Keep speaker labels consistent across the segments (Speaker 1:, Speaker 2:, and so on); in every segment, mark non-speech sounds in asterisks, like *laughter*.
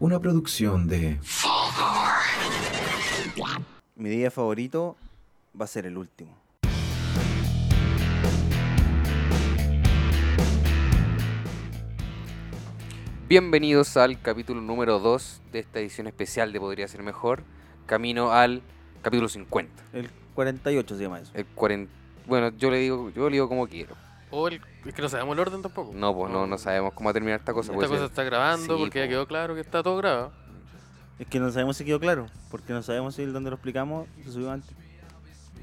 Speaker 1: Una producción de...
Speaker 2: Mi día favorito va a ser el último.
Speaker 3: Bienvenidos al capítulo número 2 de esta edición especial de Podría Ser Mejor, camino al capítulo 50.
Speaker 2: El 48 se llama eso.
Speaker 3: El 40, bueno, yo le digo, yo le digo como quiero.
Speaker 4: O el, es que no sabemos el orden tampoco.
Speaker 3: No, pues no, no sabemos cómo va a terminar esta cosa.
Speaker 4: Esta
Speaker 3: pues,
Speaker 4: cosa
Speaker 3: sí.
Speaker 4: está grabando
Speaker 3: Sí,
Speaker 4: porque ya
Speaker 3: po.
Speaker 4: quedó claro que está todo grabado.
Speaker 2: Es que no sabemos si quedó claro, porque no sabemos si el donde lo explicamos lo subimos *laughs* antes.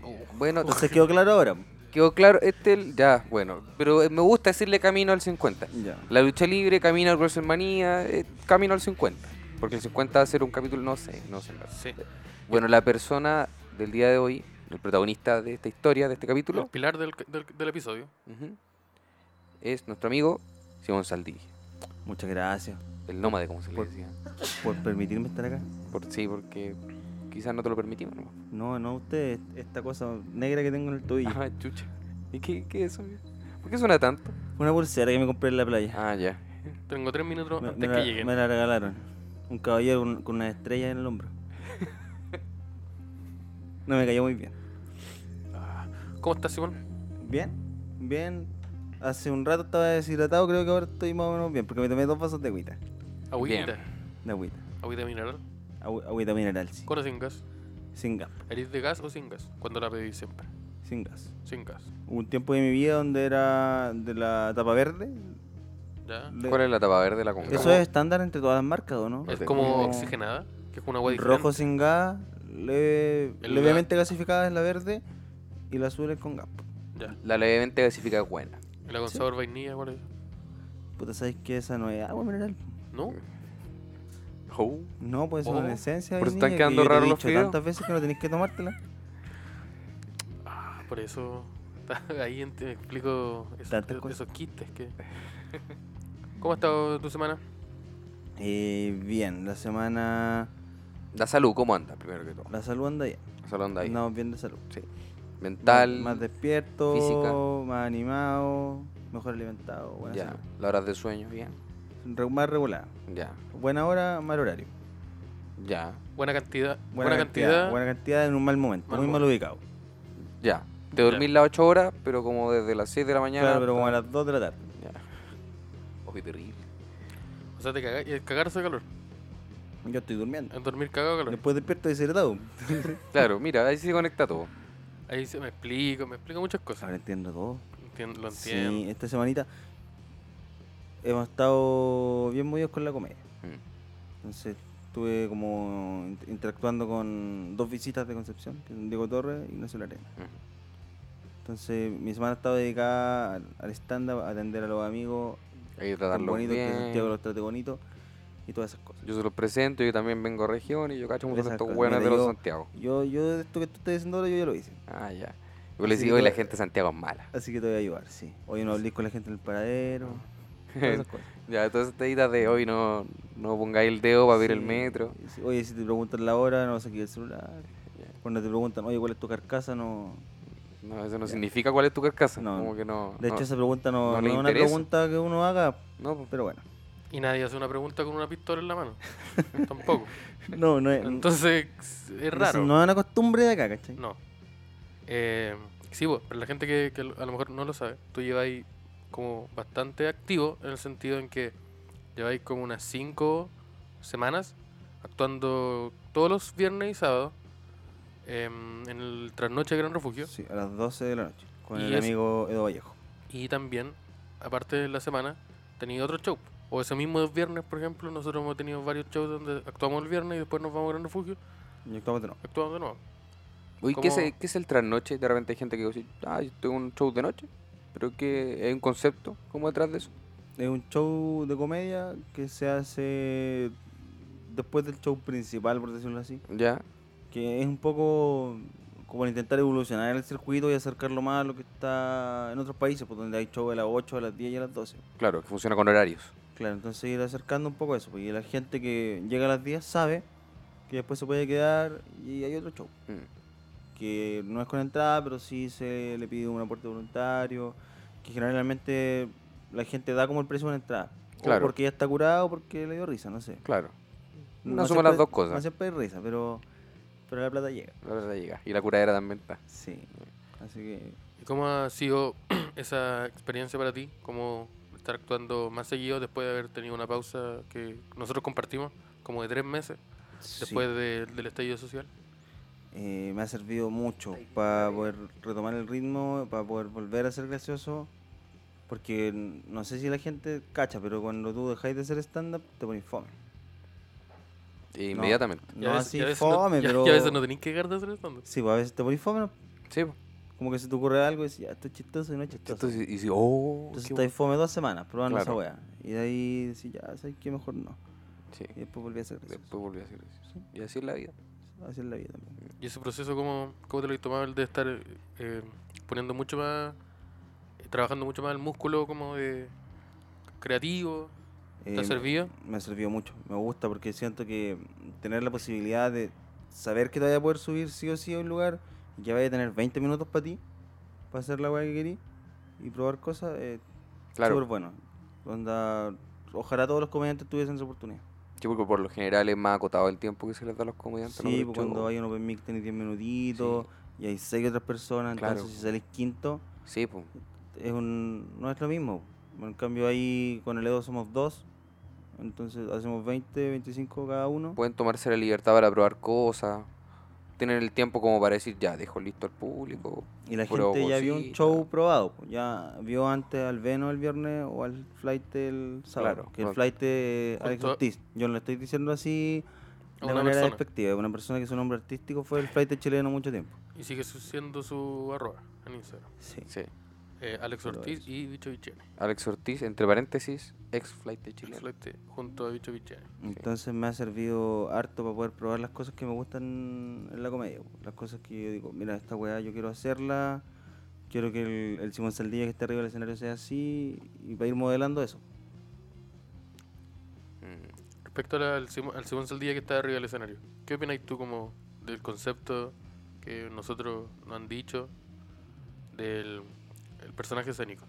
Speaker 4: uh,
Speaker 3: Bueno,
Speaker 2: Entonces quedó claro ahora.
Speaker 3: quedó claro, este el- ya, bueno, pero eh, me gusta decirle camino al 50.
Speaker 2: Ya.
Speaker 3: La lucha libre, camino al WrestleMania, eh, camino al 50, porque el 50 va a ser un capítulo no sé, no sé. no sé.
Speaker 4: Sí.
Speaker 3: Bueno, la persona del día de hoy, el protagonista de esta historia, de este
Speaker 4: El
Speaker 3: capítulo,
Speaker 4: pilar del, del, del episodio.
Speaker 3: ujú, es nuestro amigo Simón Saldí.
Speaker 2: Muchas gracias
Speaker 3: El nómade, como se le
Speaker 2: Por-
Speaker 3: decía.
Speaker 2: por permitirme estar acá.
Speaker 3: Por, sí, porque quizás no te lo permitimos. ¿no?
Speaker 2: No, no usted, esta cosa negra que tengo en el
Speaker 3: *laughs*
Speaker 2: tobillo.
Speaker 3: Ah, chucha. ¿Y qué, qué es eso? mira? ¿Por qué suena tanto?
Speaker 2: Una pulsera que me compré en la playa.
Speaker 3: Ah, ya.
Speaker 4: Tengo tres minutos
Speaker 2: Me,
Speaker 4: antes
Speaker 2: me
Speaker 4: que
Speaker 2: la,
Speaker 4: lleguen.
Speaker 2: me la regalaron. Un caballero con, con una estrella en el *laughs* hombro. No me cayó muy bien.
Speaker 4: ¿Cómo estás, Simón?
Speaker 2: Bien, bien. Hace un rato estaba deshidratado, creo que ahora estoy más o menos bien, porque me tomé dos vasos de agüita.
Speaker 4: Agüita.
Speaker 2: De agüita.
Speaker 4: Agüita mineral.
Speaker 2: Agü- Agüita mineral, sí.
Speaker 4: ¿Con o sin gas?
Speaker 2: Sin gas.
Speaker 4: ¿Eres de gas o sin gas? Cuando la pedí siempre.
Speaker 2: Sin gas.
Speaker 4: Sin gas.
Speaker 2: Hubo un tiempo de mi vida donde era de la tapa verde.
Speaker 4: ¿Ya?
Speaker 2: Le-
Speaker 3: ¿Cuál es la tapa verde de la Conca?
Speaker 2: Eso es estándar entre todas las marcas, ¿o no?
Speaker 4: Es
Speaker 3: sé.
Speaker 4: como
Speaker 2: Como
Speaker 4: oxigenada, que es una agua diferente.
Speaker 2: Rojo sin gas, leve-
Speaker 4: El
Speaker 2: levemente gasificada es la verde y la azul es con gas.
Speaker 4: Ya.
Speaker 3: La levemente gasificada es buena.
Speaker 4: Y La con
Speaker 2: Sí.
Speaker 4: sabor vainilla, ¿cuál es?
Speaker 2: Puta, ¿sabes que esa no es agua mineral?
Speaker 4: ¿No?
Speaker 3: Oh.
Speaker 2: No, pues eso no
Speaker 4: Oh.
Speaker 2: es esencia.
Speaker 3: Por
Speaker 2: Pero
Speaker 3: eso están quedando raros los fideos.
Speaker 2: tantas veces que no tenés que tomártela.
Speaker 4: Ah, por eso... *laughs* Ahí ent- explico esos,
Speaker 2: Tantas cosas.
Speaker 4: esos quistes que... *laughs* ¿Cómo ha estado tu semana?
Speaker 2: Eh, bien, la semana.
Speaker 3: La salud, ¿cómo anda? Primero que todo.
Speaker 2: La salud anda ya.
Speaker 3: La salud anda ahí.
Speaker 2: Andamos bien de salud.
Speaker 3: Mental.
Speaker 2: Más, más despierto,
Speaker 3: física.
Speaker 2: más animado, mejor alimentado. Buena
Speaker 3: ya.
Speaker 2: salud.
Speaker 3: Las horas de sueño, bien.
Speaker 2: Re- más regular.
Speaker 3: Ya.
Speaker 2: Buena hora, mal horario.
Speaker 3: Ya.
Speaker 4: Buena cantidad.
Speaker 2: Buena, cantidad, Buena cantidad en un mal momento.
Speaker 4: Mal
Speaker 2: muy mal ubicado.
Speaker 3: Ya. Te dormís las 8 horas, pero como desde las 6 de la mañana.
Speaker 2: Claro, pero como a
Speaker 3: hasta-
Speaker 2: las 2 de la tarde.
Speaker 3: Ya. Oh, qué terrible.
Speaker 4: O sea, te cagas, el cagarse de calor.
Speaker 2: Yo estoy durmiendo.
Speaker 4: El dormir cagado de calor.
Speaker 2: Después despierto deshidratado.
Speaker 3: Claro, mira, ahí se conecta todo.
Speaker 4: Ahí se me explico, me explico muchas cosas.
Speaker 2: Ahora entiendo todo.
Speaker 4: Entien- Pues lo entiendo.
Speaker 2: Sí, esta semanita hemos estado bien movidos con la comedia.
Speaker 3: Mm.
Speaker 2: Entonces estuve como int- interactuando con dos visitas de Concepción, que son Diego Torres y Ignacio Larena.
Speaker 3: Ujú.
Speaker 2: Entonces mi semana ha estado dedicada al, al stand-up, a atender a los amigos,
Speaker 3: Hay que
Speaker 2: tan
Speaker 3: tratarlo
Speaker 2: bonito que
Speaker 3: bien.
Speaker 2: Santiago los trate bonito y todas esas cosas.
Speaker 3: Yo se los presento, yo también vengo a región y yo cacho mucho de
Speaker 2: Exacto,
Speaker 3: estos hueones de
Speaker 2: mira,
Speaker 3: los
Speaker 2: yo-
Speaker 3: Santiago.
Speaker 2: Yo, yo, esto que tú estás diciendo ahora, yo ya lo hice.
Speaker 3: Ah, ya. Yo les
Speaker 2: Así que
Speaker 3: digo, "Oye, la
Speaker 2: todo-
Speaker 3: gente de Santiago es mala.
Speaker 2: Así que te voy a ayudar, sí. Hoy no hablé con la gente en el paradero, todas
Speaker 3: *laughs*
Speaker 2: esas cosas.
Speaker 3: Ya, entonces te ditas de hoy no, no pongáis el dedo para ver el
Speaker 2: Sí,
Speaker 3: metro.
Speaker 2: sí. Oye, si te preguntan la hora, no saques el celular.
Speaker 3: Ya.
Speaker 2: Cuando te preguntan, oye, ¿cuál es tu carcasa? No.
Speaker 3: No, eso no significa cuál es tu carcasa.
Speaker 2: No,
Speaker 3: Como que no.
Speaker 2: De
Speaker 3: no,
Speaker 2: hecho, esa pregunta no,
Speaker 3: no
Speaker 2: no
Speaker 3: le
Speaker 2: es una
Speaker 3: interesa.
Speaker 2: pregunta que uno haga,
Speaker 3: no, pues,
Speaker 2: pero bueno.
Speaker 4: Y nadie hace una pregunta con una pistola en
Speaker 2: *laughs*
Speaker 4: la mano. Tampoco.
Speaker 2: No, no es.
Speaker 4: Entonces, es raro.
Speaker 2: No es una costumbre de acá, ¿cachai?
Speaker 4: No. Eh, sí, vos, pero la gente que, que a lo mejor no lo sabe, tú lleváis como bastante activo en el sentido en que lleváis como unas 5 semanas actuando todos los viernes y sábados em, en el Trasnoche Gran Refugio.
Speaker 2: Sí, a las 12 de la noche, con
Speaker 4: Y
Speaker 2: el
Speaker 4: es-
Speaker 2: amigo Edo Vallejo.
Speaker 4: Y también, aparte de la semana, tenía otro show. O ese mismo viernes, por ejemplo, nosotros hemos tenido varios shows donde actuamos el viernes y después nos vamos a Gran Refugio,
Speaker 2: Y actuamos de nuevo.
Speaker 4: actuamos de nuevo.
Speaker 3: uy, ¿qué es,
Speaker 4: como-
Speaker 3: el- qué es el trasnoche? De repente hay gente que dice, ah, yo tengo un show de noche. Pero que hay un concepto como detrás de eso.
Speaker 2: Es un show de comedia que se hace después del show principal, por decirlo así.
Speaker 3: Ya,
Speaker 2: que es un poco como el intentar evolucionar el circuito y acercarlo más a lo que está en otros países, por donde hay show a las 8, a las 10 y a las 12.
Speaker 3: claro, que funciona con horarios.
Speaker 2: Claro, entonces ir acercando un poco eso, porque la gente que llega a las 10 sabe que después se puede quedar y hay otro show,
Speaker 3: Mm.
Speaker 2: que no es con entrada, pero sí se le pide un aporte voluntario, que generalmente la gente da como el precio de una entrada, o
Speaker 3: Claro.
Speaker 2: porque ya está curado o porque le dio risa, no sé.
Speaker 3: Claro. Una suma de las dos cosas.
Speaker 2: No siempre hay risa, pero, pero la plata llega.
Speaker 3: La verdad llega. Y la curadera también está.
Speaker 2: Sí. Así que
Speaker 4: ¿Y cómo ha sido *clears throat* esa experiencia para ti? ¿Cómo estar actuando más seguido después de haber tenido una pausa que nosotros compartimos, como de tres meses,
Speaker 2: sí,
Speaker 4: después de- del estallido social?
Speaker 2: eh, me ha servido mucho para poder retomar el ritmo, para poder volver a ser gracioso. Porque n- no sé si la gente cacha, pero cuando tú dejáis de ser stand-up, te pones fome.
Speaker 3: E
Speaker 2: No,
Speaker 3: Inmediatamente.
Speaker 4: Y a
Speaker 2: No
Speaker 4: veces- y
Speaker 2: así
Speaker 4: a veces no-
Speaker 2: fome,
Speaker 4: y a-
Speaker 2: pero.
Speaker 4: y a veces no tenéis que dejar de hacer stand-up.
Speaker 2: Sí, pues a veces te pones fome, ¿no?
Speaker 3: Sí. po.
Speaker 2: como que se te ocurre algo y dices, ya, esto es chistoso y no es chistoso.
Speaker 3: Entonces, y si, oh,
Speaker 2: Entonces
Speaker 3: qué
Speaker 2: estáis fome dos semanas probando
Speaker 3: Claro.
Speaker 2: esa weá. Y de ahí decís, ya, ¿sabes qué? Mejor no.
Speaker 3: bueno. Sí.
Speaker 2: Y después volví a ser gracioso.
Speaker 3: Después volví a hacer eso. Y así es la vida.
Speaker 2: Así es la vida también.
Speaker 4: ¿Y ese proceso cómo, cómo te lo has tomado el de estar eh, eh, poniendo mucho más, eh, trabajando mucho más el músculo como de creativo? ¿Te ha
Speaker 2: Eh,
Speaker 4: servido?
Speaker 2: me sirvió mucho. Me gusta porque siento que tener la posibilidad de saber que te vaya a poder subir sí o sí a un lugar y que vaya a tener 20 minutos para ti, para hacer la weá que querís y probar cosas, eh,
Speaker 3: Claro.
Speaker 2: súper bueno. Onda, ojalá todos los comediantes tuviesen esa oportunidad.
Speaker 3: Sí, porque por lo general es más acotado el tiempo que se les da a los comediantes. ¿no?
Speaker 2: Sí,
Speaker 3: Pero
Speaker 2: pues,
Speaker 3: yo-
Speaker 2: cuando hay un open mic tenés 10 minutitos y hay 6 otras personas,
Speaker 3: Claro.
Speaker 2: entonces si salís quinto,
Speaker 3: Sí, pues.
Speaker 2: es un, no es lo mismo. En cambio ahí con el Edo somos dos, entonces hacemos 20, 25 cada uno.
Speaker 3: Pueden tomarse la libertad para probar cosas. Tienen el tiempo como para decir, ya, dejo listo al público.
Speaker 2: Y la
Speaker 3: Puro
Speaker 2: gente ya vio un
Speaker 3: cosita.
Speaker 2: show probado. po. Ya vio antes al Veno el viernes o al Flight el sábado.
Speaker 3: Claro,
Speaker 2: que el
Speaker 3: claro.
Speaker 2: Flight es Alex
Speaker 4: Justo-
Speaker 2: Ortiz. Yo no le estoy diciendo así de
Speaker 4: A una
Speaker 2: manera
Speaker 4: persona.
Speaker 2: despectiva. Una persona que su nombre artístico fue el Flight chileno mucho tiempo.
Speaker 4: Y sigue su- siendo su arroba en Instagram.
Speaker 2: Sí.
Speaker 3: Sí.
Speaker 4: Eh, Alex
Speaker 2: Pero
Speaker 4: Ortiz
Speaker 2: eso.
Speaker 4: y Bicho Vichene.
Speaker 3: Alex Ortiz, entre paréntesis, ex flight de Chile.
Speaker 4: Alex Lete este, junto a Bicho Vichene.
Speaker 2: Entonces me ha servido harto para poder probar las cosas que me gustan en la comedia. po. Las cosas que yo digo, mira, esta weá yo quiero hacerla. Quiero que el, el Simón Saldivia que está arriba del escenario sea así. Y para ir modelando eso.
Speaker 3: Mm.
Speaker 4: Respecto a la- al, Simo- al Simón Saldía que está arriba del escenario, ¿qué opináis tú como del concepto que nosotros nos han dicho del el personaje escénico?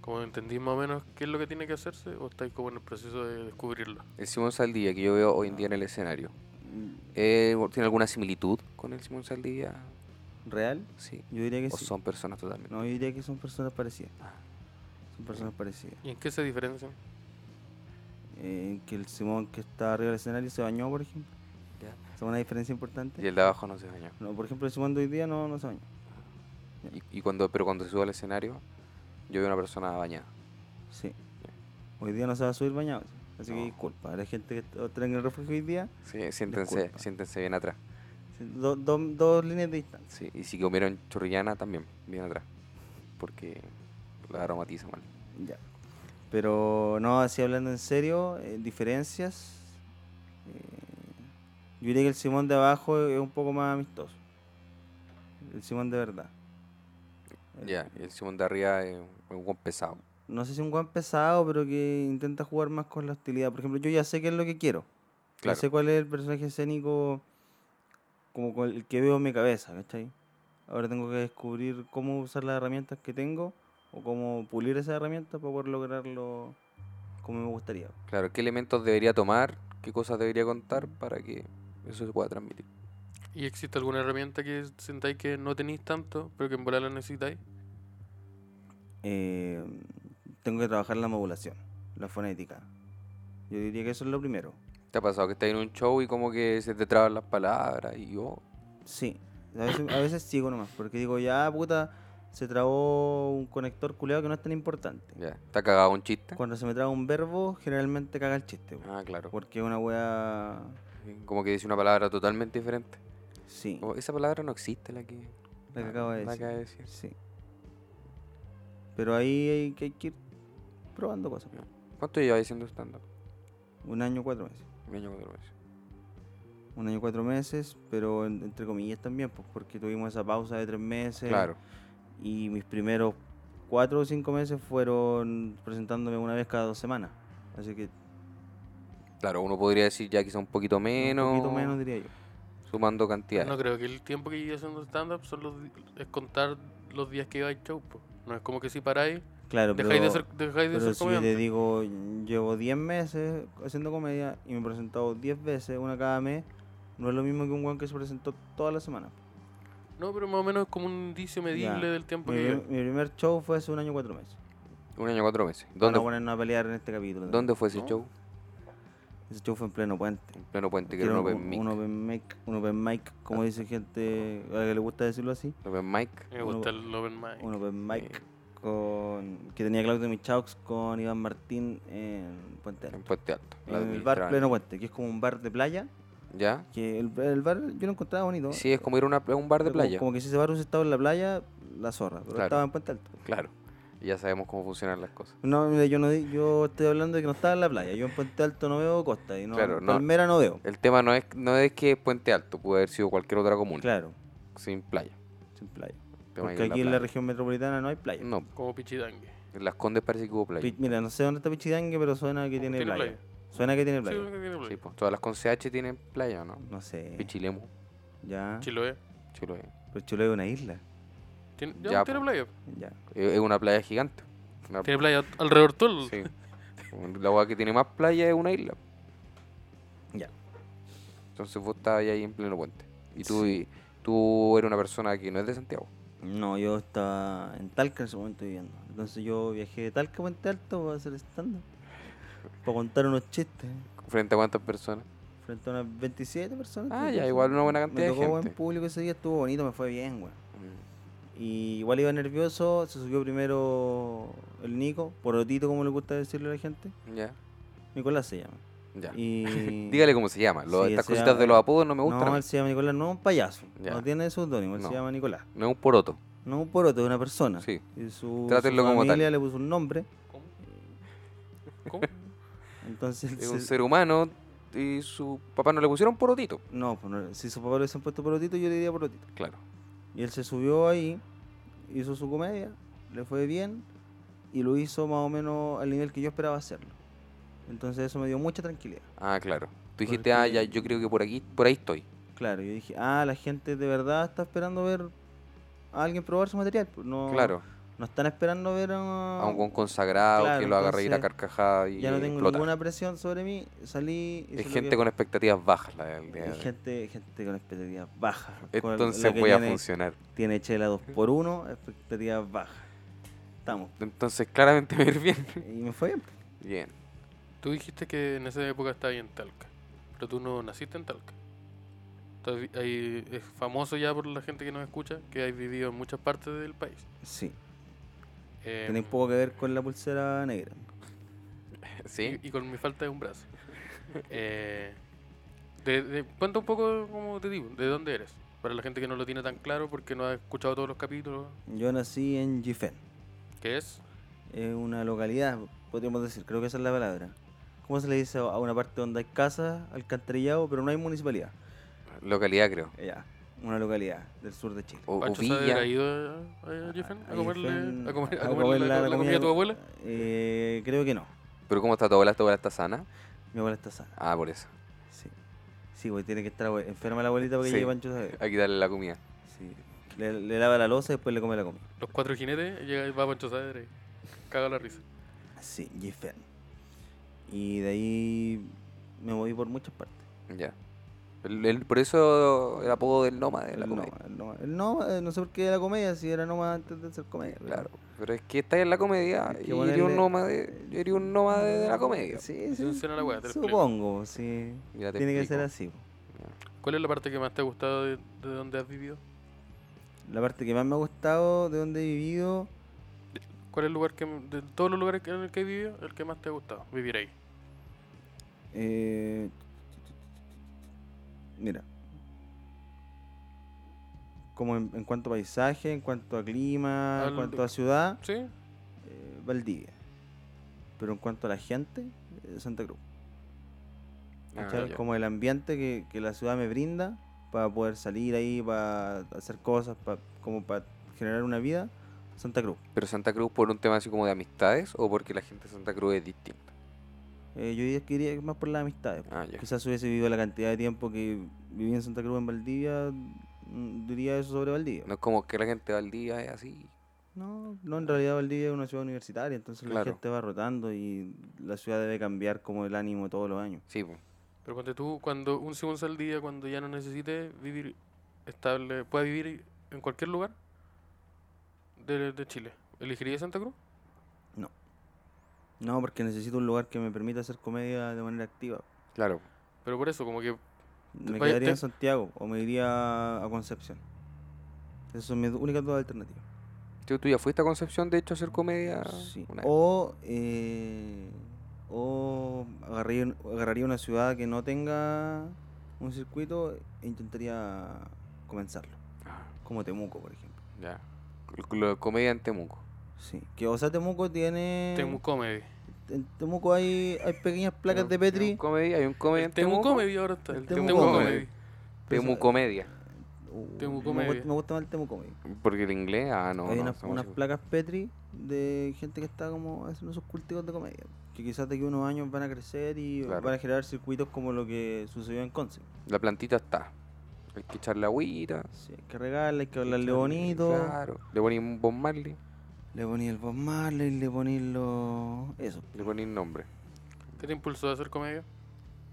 Speaker 4: ¿Cómo entendís más o menos qué es lo que tiene que hacerse o estáis como en el proceso de descubrirlo?
Speaker 3: El Simón Saldivia que yo veo hoy en día en el escenario.
Speaker 2: Mm,
Speaker 3: Eh, ¿Tiene alguna similitud con el Simón Saldivia?
Speaker 2: ¿Real?
Speaker 3: Sí.
Speaker 2: Yo diría que
Speaker 3: ¿O
Speaker 2: sí.
Speaker 3: son personas totalmente? Ah,
Speaker 2: No, yo diría que son personas parecidas. Son personas parecidas.
Speaker 4: ¿Y en qué se diferencian?
Speaker 2: Eh, que el Simón que está arriba del escenario se bañó, por ejemplo.
Speaker 3: Ya.
Speaker 2: Es una diferencia importante.
Speaker 3: Y el de abajo no se bañó.
Speaker 2: No, por ejemplo, el Simón de hoy día no, no se bañó.
Speaker 3: Y, y cuando, pero cuando se sube al escenario, yo veo una persona bañada.
Speaker 2: Sí. Hoy día no se va a subir bañado. Así
Speaker 3: No.
Speaker 2: que disculpa. La gente que está- está en el refugio hoy día,
Speaker 3: Sí, siéntense,
Speaker 2: Disculpa.
Speaker 3: siéntense bien atrás.
Speaker 2: se- do- do- dos líneas de distancia.
Speaker 3: Sí, y si comieron chorrillana también, bien atrás. Porque la aromatiza mal.
Speaker 2: Ya. Pero no, así hablando en serio, eh, diferencias. eh, yo diría que el Simón de abajo es un poco más amistoso. El Simón de verdad. El-
Speaker 3: Ya, y el Simón de arriba es un es un buen pesado.
Speaker 2: no sé si un guan pesado, pero que intenta jugar más con la hostilidad. Por ejemplo, yo ya sé qué es lo que quiero. Ya
Speaker 3: Claro.
Speaker 2: sé cuál es el personaje escénico como con el que veo en mi cabeza, ¿cachai? Ahora tengo que descubrir cómo usar las herramientas que tengo o cómo pulir esas herramientas para poder lograrlo como me gustaría.
Speaker 3: Claro, ¿qué elementos debería tomar? ¿Qué cosas debería contar para que eso se pueda transmitir?
Speaker 4: ¿Y existe alguna herramienta que sentáis que no tenéis tanto, pero que en volar la necesitáis?
Speaker 2: Eh, tengo que trabajar la modulación, la fonética. Yo diría que eso es lo primero.
Speaker 3: ¿Te ha pasado que estás en un show y como que se te traban las palabras y yo?
Speaker 2: Sí, a veces, a veces sigo nomás, porque digo, ya puta, se trabó un conector culeado que no es tan importante.
Speaker 3: Ya, ¿te ha cagado un chiste?
Speaker 2: Cuando se me traba un verbo, generalmente caga el chiste, po,
Speaker 3: Ah, claro.
Speaker 2: porque es una wea.
Speaker 3: Como que dice una palabra totalmente diferente.
Speaker 2: Sí,
Speaker 3: Como, esa palabra no existe la que,
Speaker 2: la que acabo de
Speaker 3: la Oh,
Speaker 2: decir.
Speaker 3: que acaba de decir.
Speaker 2: Sí. Pero ahí hay que, hay que ir probando cosas. po.
Speaker 3: ¿Cuánto llevas haciendo stand-up?
Speaker 2: Un año, cuatro meses.
Speaker 3: Un año, cuatro meses.
Speaker 2: Un año, cuatro meses, pero en- entre comillas también, pues, porque tuvimos esa pausa de tres meses.
Speaker 3: Claro.
Speaker 2: Y mis primeros cuatro o cinco meses fueron presentándome una vez cada dos semanas. Así que
Speaker 3: Claro, uno podría decir ya quizá un poquito menos,
Speaker 2: Un poquito menos, diría yo.
Speaker 3: sumando cantidades.
Speaker 4: No creo que el tiempo que llevo haciendo stand-up son los di- es contar los días que iba al show. po. No es como que si paráis,
Speaker 2: Claro, pero,
Speaker 4: Dejáis de ser, dejáis de
Speaker 2: pero
Speaker 4: ser
Speaker 2: si yo
Speaker 4: comediante.
Speaker 2: te digo, llevo 10 meses haciendo comedia y me he presentado 10 veces, una cada mes, no es lo mismo que un guan que se presentó toda la semana.
Speaker 4: No, pero más o menos es como un indicio medible
Speaker 2: Ya.
Speaker 4: del tiempo
Speaker 2: Mi,
Speaker 4: que
Speaker 2: pri-
Speaker 4: lleva.
Speaker 2: mi primer show fue hace un año y cuatro meses.
Speaker 3: Un año cuatro meses.
Speaker 2: ¿Dónde?
Speaker 3: ¿Dónde,
Speaker 2: Van a ponernos a pelear en este capítulo.
Speaker 3: ¿dónde fue ese
Speaker 4: No.
Speaker 3: show?
Speaker 2: Ese show fue en pleno puente.
Speaker 3: En pleno puente, que
Speaker 2: Que
Speaker 3: era un
Speaker 2: era
Speaker 3: open mic.
Speaker 2: un open mic, un open mic, como dice gente a la que le gusta decirlo así.
Speaker 3: Open mic.
Speaker 4: Me gusta el open mic.
Speaker 2: Un open mic
Speaker 3: Eh.
Speaker 2: con, que tenía Claudio Michaux con Iván Martín en Puente Alto.
Speaker 3: En Puente Alto.
Speaker 2: En el
Speaker 3: la
Speaker 2: bar
Speaker 3: administraban.
Speaker 2: Pleno Puente, que es como un bar de playa.
Speaker 3: ¿Ya?
Speaker 2: Que el, el bar yo lo encontraba bonito.
Speaker 3: Sí, es como ir a, una- a un bar de
Speaker 2: Como-
Speaker 3: playa.
Speaker 2: Como, que si ese bar hubiese estado en la playa, la zorra. Pero
Speaker 3: Claro.
Speaker 2: estaba en Puente Alto.
Speaker 3: Claro. Y ya sabemos cómo funcionan las cosas.
Speaker 2: No, mira, yo no di- yo estoy hablando de que no estaba en la playa. Yo en Puente Alto no veo costa y no
Speaker 3: Claro, no.
Speaker 2: Palmera no veo.
Speaker 3: El tema no es, no es que es Puente Alto, puede haber sido cualquier otra comuna.
Speaker 2: Claro,
Speaker 3: Sin playa.
Speaker 2: sin playa.
Speaker 3: El tema es
Speaker 2: Porque
Speaker 3: que
Speaker 2: aquí en la
Speaker 3: playa-
Speaker 2: región metropolitana no hay playa.
Speaker 3: No,
Speaker 4: Como pichidangue.
Speaker 3: en Las Condes parece que hubo playa.
Speaker 2: Pi- Mira, no sé dónde está Pichidangue, pero suena que tiene,
Speaker 4: ¿Tiene
Speaker 2: playa.
Speaker 4: playa?
Speaker 2: Suena que tiene
Speaker 4: Sí,
Speaker 2: playa.
Speaker 4: creo que tiene playa.
Speaker 3: Sí, pues, todas las con CH tienen playa, ¿o ¿no?
Speaker 2: No sé.
Speaker 3: Pichilemu, ¿eh?
Speaker 2: Ya.
Speaker 4: Chiloé.
Speaker 3: Chiloé.
Speaker 2: Pero Chiloé es una isla.
Speaker 4: ¿Tiene,
Speaker 3: Ya,
Speaker 4: ya, tiene
Speaker 3: po.
Speaker 4: playa.
Speaker 2: Ya.
Speaker 3: Es es una playa gigante. Una-
Speaker 4: Tiene playa alrededor todo. el-
Speaker 3: sí. La hueá que tiene más playa es una isla.
Speaker 2: Ya.
Speaker 3: Entonces vos estabas ahí en pleno puente. Y tú, y tú eres una persona que no es de Santiago.
Speaker 2: No, yo estaba en Talca en ese momento viviendo. Entonces yo viajé de Talca a Puente Alto para hacer stand Para contar unos chistes.
Speaker 3: ¿Frente a cuántas personas?
Speaker 2: Frente a unas 27 personas.
Speaker 3: Ah,
Speaker 2: creo que
Speaker 3: ya,
Speaker 2: son.
Speaker 3: igual una buena cantidad
Speaker 2: Me
Speaker 3: de
Speaker 2: tocó buen
Speaker 3: gente.
Speaker 2: público ese día, estuvo bonito, me fue bien, güey.
Speaker 3: Mm.
Speaker 2: Y igual iba nervioso, se subió primero el Nico, porotito como le gusta decirle a la gente.
Speaker 3: Mm, Ya,
Speaker 2: Nicolás se llama.
Speaker 3: ya.
Speaker 2: Y...
Speaker 3: *laughs* Dígale cómo se llama. Lo-
Speaker 2: Sí,
Speaker 3: estas
Speaker 2: se
Speaker 3: cositas
Speaker 2: llama-
Speaker 3: de los apodos no me gustan. a
Speaker 2: No,
Speaker 3: mí.
Speaker 2: él se llama Nicolás, no es un payaso.
Speaker 3: Ya.
Speaker 2: No tiene seudónimo, él
Speaker 3: No.
Speaker 2: se llama Nicolás.
Speaker 3: No es un poroto.
Speaker 2: No un poroto, es una persona.
Speaker 3: Sí.
Speaker 2: Y su,
Speaker 3: Trátenlo
Speaker 2: su
Speaker 3: como tal.
Speaker 2: familia le puso un nombre.
Speaker 4: ¿Cómo? ¿Cómo?
Speaker 2: Entonces,
Speaker 3: Es un
Speaker 2: se-
Speaker 3: ser humano y su papá no le pusieron porotito.
Speaker 2: no, pues no, si su papá le hubiesen puesto porotito, yo le diría porotito.
Speaker 3: Claro.
Speaker 2: Y él se subió ahí, hizo su comedia, le fue bien y lo hizo más o menos al nivel que yo esperaba hacerlo. Entonces eso me dio mucha tranquilidad.
Speaker 3: Ah, claro. Tú dijiste, ah, ya, yo creo que por aquí, por ahí estoy.
Speaker 2: Claro, yo dije, ah, la gente de verdad está esperando ver a alguien probar su material. pues, No,
Speaker 3: Claro.
Speaker 2: No están esperando ver a,
Speaker 3: A un buen consagrado que
Speaker 2: claro,
Speaker 3: lo haga reír a
Speaker 2: entonces,
Speaker 3: carcajada y
Speaker 2: Ya no tengo
Speaker 3: explotar.
Speaker 2: ninguna presión sobre mí, salí... hice
Speaker 3: Es
Speaker 2: lo
Speaker 3: gente
Speaker 2: que-
Speaker 3: con expectativas bajas la del día de
Speaker 2: Y
Speaker 3: hoy.
Speaker 2: gente, gente con expectativas bajas. con la- la
Speaker 3: Entonces
Speaker 2: que
Speaker 3: voy a
Speaker 2: tiene-
Speaker 3: funcionar.
Speaker 2: Tiene chela 2x1, expectativas bajas. Estamos.
Speaker 3: Entonces claramente me *laughs* ir bien.
Speaker 2: Y me fue bien. pues.
Speaker 3: Bien.
Speaker 4: Tú dijiste que en esa época estaba ahí en Talca, pero tú no naciste en Talca. Tú has vi- ahí es famoso ya por la gente que nos escucha, que has vivido en muchas partes del país.
Speaker 2: Sí.
Speaker 4: Eh,
Speaker 2: Tiene un poco que ver con la pulsera negra.
Speaker 3: Sí.
Speaker 4: y, y con mi falta de un brazo. *laughs* Eh, de- de- cuenta un poco, como te digo, de dónde eres. Para la gente que no lo tiene tan claro porque no ha escuchado todos los capítulos,
Speaker 2: Yo nací en Gifen.
Speaker 4: que es
Speaker 2: Es una localidad, podríamos decir. Creo que esa es la palabra. ¿Cómo se le dice a una parte donde hay casas, alcantarillado, pero no hay municipalidad?
Speaker 3: Localidad creo.
Speaker 2: Ya. Una localidad del sur de Chile.
Speaker 3: O, o
Speaker 4: Pancho se habrá
Speaker 3: Villa.
Speaker 4: ido a, a Jeffen a
Speaker 2: Ah, Ahí
Speaker 4: comerle,
Speaker 2: fue
Speaker 4: a comer, a
Speaker 2: a
Speaker 4: comerle
Speaker 2: comer
Speaker 4: la, la comida de tu abuela.
Speaker 2: Eh, creo que no.
Speaker 3: Pero ¿cómo está tu abuela? ¿Tu abuela está sana?
Speaker 2: Mi abuela está sana.
Speaker 3: Ah, por eso.
Speaker 2: Sí. Sí, güey, tiene que estar abue- enferma la abuelita porque
Speaker 3: Sí.
Speaker 2: lleva ancho de
Speaker 3: Hay que darle la comida.
Speaker 2: Sí. Le, le lava la losa y después le come la comida.
Speaker 4: Los cuatro jinetes, llega y va Pancho Saavedra y caga la risa.
Speaker 2: Sí, Giffen. Y de ahí me moví por muchas partes.
Speaker 3: Ya. El- el- por eso el apodo del nómada de la
Speaker 2: el
Speaker 3: comedia.
Speaker 2: Noma, el Noma. El Noma, eh, no sé por qué era comedia, si era Noma antes de ser comedia. pero-
Speaker 3: Claro. Pero es que estás en la comedia
Speaker 2: Hay que
Speaker 3: y eres
Speaker 2: ponerle-
Speaker 3: un nómade, yo iría un nómade de la comedia.
Speaker 2: Sí, sí.
Speaker 4: funciona la weá, te lo explico.
Speaker 2: Supongo, sí.
Speaker 3: Ya te
Speaker 2: Tiene que ser
Speaker 3: explico.
Speaker 2: así. po.
Speaker 4: ¿Cuál es la parte que más te ha gustado de, de donde has vivido?
Speaker 2: La parte que más me ha gustado, de donde he vivido,
Speaker 4: ¿Cuál es el lugar que, de todos los lugares que- en el que he vivido, el que más te ha gustado vivir ahí?
Speaker 2: Eh, mira. Como en, en cuanto a paisaje, en cuanto a clima, en
Speaker 4: Al-
Speaker 2: cuanto a ciudad,
Speaker 4: ¿Sí?
Speaker 2: eh, Valdivia. Pero en cuanto a la gente, eh, Santa Cruz.
Speaker 3: Ah,
Speaker 2: ¿Cachai?
Speaker 3: ya.
Speaker 2: Como el ambiente que, que la ciudad me brinda para poder salir ahí, para hacer cosas, pa- como para generar una vida, Santa Cruz.
Speaker 3: Pero Santa Cruz por un tema así como de amistades o porque la gente de Santa Cruz es distinta.
Speaker 2: Eh, yo diría que iría más por las amistades.
Speaker 3: Ah, ya.
Speaker 2: Quizás hubiese vivido la cantidad de tiempo que viví en Santa Cruz en Valdivia, mm, diría eso sobre Valdivia.
Speaker 3: No es como que la gente de Valdivia es así.
Speaker 2: No, no, en realidad Valdivia es una ciudad universitaria, entonces
Speaker 3: Claro.
Speaker 2: la gente va rotando y la ciudad debe cambiar como el ánimo todos los años.
Speaker 3: Sí, po.
Speaker 4: Pero ponte tú, cuando un segundo al día, cuando ya no necesite vivir estable, pueda vivir en cualquier lugar de, de Chile, ¿elegiría Santa Cruz?
Speaker 2: No, porque necesito un lugar que me permita hacer comedia de manera activa.
Speaker 3: claro.
Speaker 4: Pero por eso, como que
Speaker 2: Me
Speaker 4: Vaya,
Speaker 2: quedaría en
Speaker 4: te-
Speaker 2: Santiago o me iría a Concepción. Esas son mis únicas dos alternativas.
Speaker 3: ¿Tú, tú ya fuiste a Concepción, de hecho, a hacer comedia?
Speaker 2: Sí.
Speaker 3: Ah,
Speaker 2: Oh. O,
Speaker 3: una vez?
Speaker 2: eh, o agarraría, agarraría una ciudad que no tenga un circuito e intentaría comenzarlo.
Speaker 3: Ah,
Speaker 2: Como Temuco, por ejemplo.
Speaker 3: ya. Lo de comedia en Temuco.
Speaker 2: Sí. Que, o sea, Temuco tiene...
Speaker 4: Temu Comedy.
Speaker 2: En Temuco hay, hay pequeñas placas de
Speaker 3: Hay un- Hay un
Speaker 2: Petri.
Speaker 3: comedy, hay un comedy
Speaker 4: El
Speaker 3: en
Speaker 4: Temu
Speaker 3: Temuco.
Speaker 4: Comedy ahora está.
Speaker 3: El
Speaker 4: El
Speaker 2: Temu
Speaker 4: Temu
Speaker 3: Comedy.
Speaker 4: Comedy.
Speaker 3: Temucomedia.
Speaker 2: Uh,
Speaker 4: Temuco
Speaker 2: me,
Speaker 4: Media.
Speaker 2: gusta, me gusta más el Temuco Media.
Speaker 3: Porque el inglés, ah, no.
Speaker 2: hay
Speaker 3: no,
Speaker 2: unas,
Speaker 3: estamos
Speaker 2: unas
Speaker 3: así.
Speaker 2: placas Petri de gente que está como haciendo esos cultivos de comedia. Que quizás de aquí a unos años van a crecer y
Speaker 3: Claro.
Speaker 2: van a generar circuitos como lo que sucedió en Conce.
Speaker 3: La plantita está. Hay que echarle agüita.
Speaker 2: Sí, hay que regarla, hay que hablarle
Speaker 3: echarle-
Speaker 2: bonito.
Speaker 3: Claro. Le poní un Bob Marley,
Speaker 2: Le poní el Bob Marley, le poní los... Eso.
Speaker 3: le poní nombre.
Speaker 4: ¿Qué te impulsó a hacer comedia?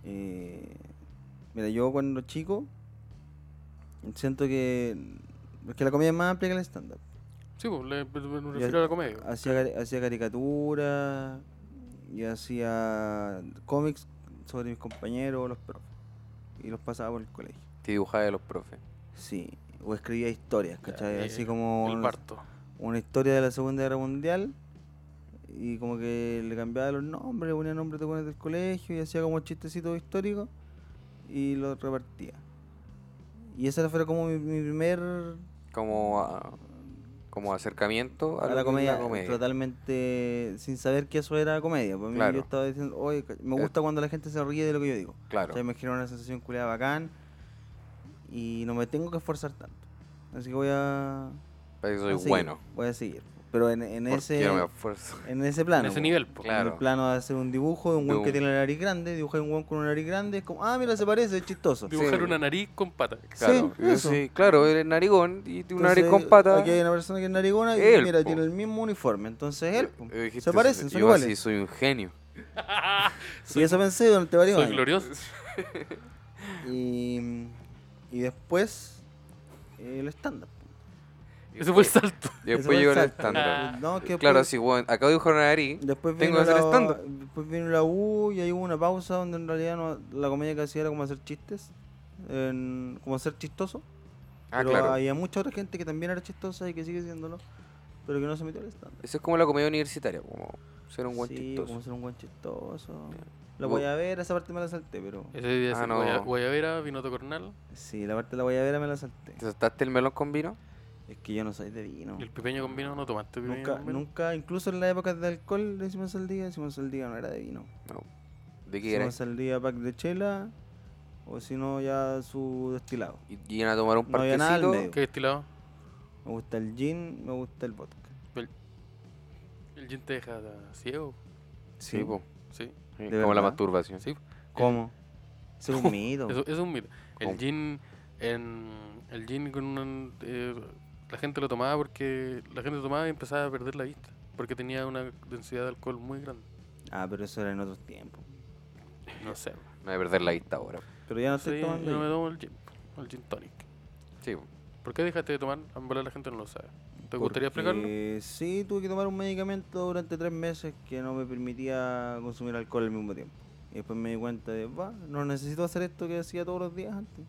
Speaker 2: Eh, mira, yo cuando chico siento que... Porque la comedia es más amplia que el estándar.
Speaker 4: Sí, pues, le, me- me
Speaker 2: Yo
Speaker 4: refiero a la comedia.
Speaker 2: Hacía, cari- hacía caricaturas y hacía cómics sobre mis compañeros, los profes. Y los pasaba por el colegio.
Speaker 3: Te dibujaba de los profes.
Speaker 2: Sí. O escribía historias,
Speaker 4: Ya,
Speaker 2: ¿cachai?
Speaker 4: eh,
Speaker 2: Así como
Speaker 4: el
Speaker 2: no sé,
Speaker 4: parto.
Speaker 2: una historia de la Segunda Guerra Mundial. Y como que le cambiaba los nombres, le ponía nombres de buenos del colegio y hacía como chistecitos históricos y los repartía. Y esa fue como mi, mi primer
Speaker 3: Como, ah, como acercamiento a,
Speaker 2: a
Speaker 3: lo
Speaker 2: la
Speaker 3: que es
Speaker 2: comedia, totalmente sin saber que eso era comedia. Para mí
Speaker 3: Claro.
Speaker 2: yo estaba diciendo, oye, ca- me
Speaker 3: Eh.
Speaker 2: gusta cuando la gente se ríe de lo que yo digo.
Speaker 3: Claro.
Speaker 2: O sea, me genera una sensación culiada bacán y no me tengo que esforzar tanto. Así que voy a...
Speaker 3: Para eso
Speaker 2: a
Speaker 3: soy
Speaker 2: seguir,
Speaker 3: bueno.
Speaker 2: Voy a seguir. Pero en, en
Speaker 3: porque
Speaker 2: ese...
Speaker 3: no me esfuerzo.
Speaker 2: En ese plano.
Speaker 4: en ese
Speaker 2: po.
Speaker 4: nivel, pues.
Speaker 3: Claro.
Speaker 2: En el plano de hacer un dibujo de un
Speaker 3: De
Speaker 2: weón que
Speaker 3: un-
Speaker 2: tiene la nariz grande, dibujar un weón con una nariz grande, es como, ah, mira, se parece, es chistoso.
Speaker 3: Sí,
Speaker 4: Dibujar una nariz con pata.
Speaker 3: *laughs* Claro, yo
Speaker 2: eso.
Speaker 3: sí, claro, eres narigón y tiene una nariz
Speaker 2: Entonces,
Speaker 3: con pata.
Speaker 2: Aquí hay una persona que es narigona y
Speaker 3: Él,
Speaker 2: mira,
Speaker 3: po.
Speaker 2: tiene el mismo uniforme. Entonces él, po.
Speaker 3: Eh, dijiste,
Speaker 2: se parecen, son
Speaker 3: yo
Speaker 2: iguales.
Speaker 3: así soy un genio.
Speaker 2: y eso pensé durante varios
Speaker 4: Soy
Speaker 2: años. *laughs*
Speaker 4: glorioso.
Speaker 2: Y, y después eh, el estándar.
Speaker 4: Ese fue el salto.
Speaker 2: Ah,
Speaker 3: Y después llegó el estándar.
Speaker 2: estándar. No, que
Speaker 3: Claro,
Speaker 2: después-
Speaker 3: sí, bueno, acabo de dibujar una nariz.
Speaker 2: Después
Speaker 3: tengo
Speaker 2: vino,
Speaker 3: que hacer
Speaker 2: la,
Speaker 3: estándar.
Speaker 2: después vino la U y ahí hubo una pausa donde en realidad no- la comedia que hacía era como hacer chistes, en- como ser chistoso.
Speaker 3: Ah,
Speaker 2: pero
Speaker 3: claro.
Speaker 2: había mucha otra gente que también era chistosa y que sigue siéndolo, pero que no se metió al estándar.
Speaker 3: Eso es como la comedia universitaria, como ser un buen
Speaker 2: sí,
Speaker 3: chistoso.
Speaker 2: como ser un buen chistoso.
Speaker 3: Ya.
Speaker 2: La
Speaker 3: Hubo-
Speaker 2: voy a ver, esa parte me la salté, pero...
Speaker 4: Ese día
Speaker 3: Ah,
Speaker 4: sí,
Speaker 3: no.
Speaker 4: guaya- Guayabera, Vinoto Cornal
Speaker 2: Sí, la parte de la voy a ver me la salté.
Speaker 3: ¿Te saltaste el melón con vino?
Speaker 2: Es que yo no soy de vino.
Speaker 4: y el pipeño con vino. ¿No tomaste pipeño
Speaker 2: Nunca,
Speaker 4: con vino?
Speaker 2: nunca, incluso en la época de alcohol, decimos al día, decimos al día no era de vino.
Speaker 3: No. ¿De qué era?
Speaker 2: Decimos al día pack de chela, o si no, ya su destilado.
Speaker 3: Y y iban a tomar un
Speaker 2: No había nada al
Speaker 3: parquecito.
Speaker 2: medio.
Speaker 4: ¿Qué destilado?
Speaker 2: Me gusta el gin, me gusta el vodka.
Speaker 4: El gin te deja ciego.
Speaker 3: sí, po.
Speaker 4: Sí.
Speaker 3: Sí,
Speaker 2: ¿De
Speaker 3: como la
Speaker 2: verdad?
Speaker 3: masturbación.
Speaker 4: Sí.
Speaker 2: ¿Cómo?
Speaker 4: *laughs*
Speaker 2: Es un mito.
Speaker 4: Eso, eso es un mito.
Speaker 3: ¿Cómo?
Speaker 4: El gin, en, el gin con un- eh, la gente lo tomaba porque la gente lo tomaba y empezaba a perder la vista. Porque tenía una densidad de alcohol muy grande.
Speaker 2: Ah, pero eso era en otros tiempos.
Speaker 4: No sé.
Speaker 3: No hay que perder la vista ahora.
Speaker 2: Pero ya *laughs* no
Speaker 4: Sí,
Speaker 2: estoy
Speaker 4: yo
Speaker 2: tomando.
Speaker 4: no me
Speaker 2: gin.
Speaker 4: tomo el gin, el gin tonic.
Speaker 3: Sí, po.
Speaker 4: ¿Por qué dejaste de tomar? A lo mejor la gente no lo sabe. ¿Te
Speaker 2: Porque
Speaker 4: gustaría explicarlo?
Speaker 2: Sí, tuve que tomar un medicamento durante tres meses que no me permitía consumir alcohol al mismo tiempo. Y después me di cuenta de, va, no necesito hacer esto que hacía todos los días antes.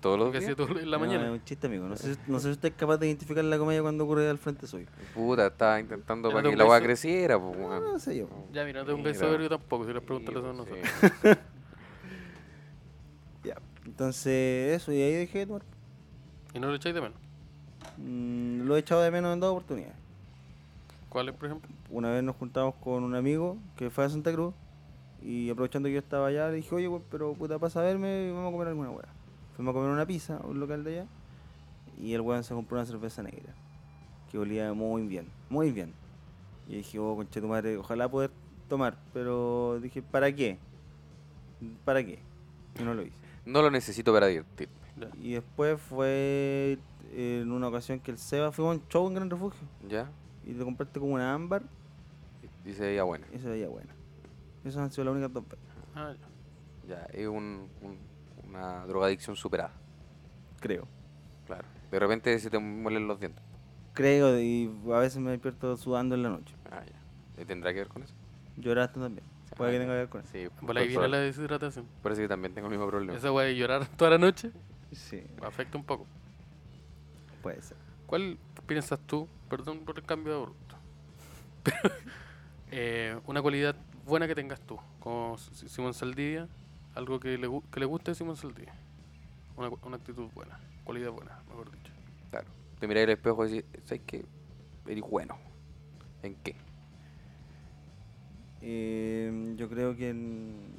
Speaker 3: todos los
Speaker 4: Porque hacía
Speaker 3: días.
Speaker 4: todo en la
Speaker 2: No,
Speaker 4: mañana.
Speaker 2: Es Ah, un chiste, amigo. No sé, no sé si usted es capaz de identificar la comedia cuando ocurre al frente suyo.
Speaker 3: Puta, estaba intentando
Speaker 4: Ya
Speaker 3: para
Speaker 4: no
Speaker 3: que
Speaker 4: tengo
Speaker 3: la hueá
Speaker 4: eso.
Speaker 3: creciera, po,
Speaker 2: No,
Speaker 3: weón.
Speaker 2: Ah, no sé yo.
Speaker 4: Ah, Ya, mira, no tengo un
Speaker 3: Mira.
Speaker 4: beso de yo tampoco. Si las preguntas
Speaker 3: Sí, pues,
Speaker 4: las son
Speaker 3: po, sí.
Speaker 4: nosotros.
Speaker 2: Ya. Entonces, eso, y ahí dejé de tomar.
Speaker 4: ¿Y no lo echáis de menos?
Speaker 2: Mm, lo he echado de menos en dos oportunidades.
Speaker 4: ¿Cuál es, por ejemplo?
Speaker 2: Una vez nos juntamos con un amigo que fue a Santa Cruz y aprovechando que yo estaba allá le dije, oye, güey, pero puta, pasa a verme y vamos a comer alguna hueá. Fuimos a comer una pizza a un local de allá y el weón se compró una cerveza negra que olía muy bien, muy bien. Y dije, oh, conche tu madre, ojalá poder tomar, pero dije, ¿para qué? ¿Para qué? Y no lo hice.
Speaker 3: No lo necesito para divertirme.
Speaker 2: Y después fue en una ocasión que el Seba fue a un show en Gran Refugio
Speaker 3: ¿Ya?
Speaker 2: y te compraste como una ámbar
Speaker 3: Y se veía buena.
Speaker 2: y se veía buena. Esas han sido las únicas dos veces,
Speaker 4: Ah,
Speaker 3: Ya, es un- un- una drogadicción superada.
Speaker 2: creo.
Speaker 3: Claro. De repente se te muelen los dientes.
Speaker 2: Creo, y a veces me despierto sudando en la noche.
Speaker 3: Ah, ya. ¿Y ¿Tendrá que ver con eso?
Speaker 2: Lloraste también. Puede que tenga que ver con eso.
Speaker 3: Sí,
Speaker 4: por ahí viene
Speaker 3: por-
Speaker 4: la deshidratación.
Speaker 3: parece que también tengo el mismo problema.
Speaker 4: Esa weá de llorar *laughs* toda la noche
Speaker 2: Sí,
Speaker 4: afecta un poco.
Speaker 2: puede ser.
Speaker 4: ¿Cuál piensas tú? Perdón por el cambio de abrupto. *laughs* Pero, eh, una cualidad buena que tengas tú, como S- S- Simón Saldivia, algo que le, gu- que le guste a Simón Saldivia. Una, cu- una actitud buena, cualidad buena, mejor dicho.
Speaker 3: Claro. Te miráis al espejo y decís, ¿sabes qué? Eres bueno. ¿En qué?
Speaker 2: Eh, yo creo que. en-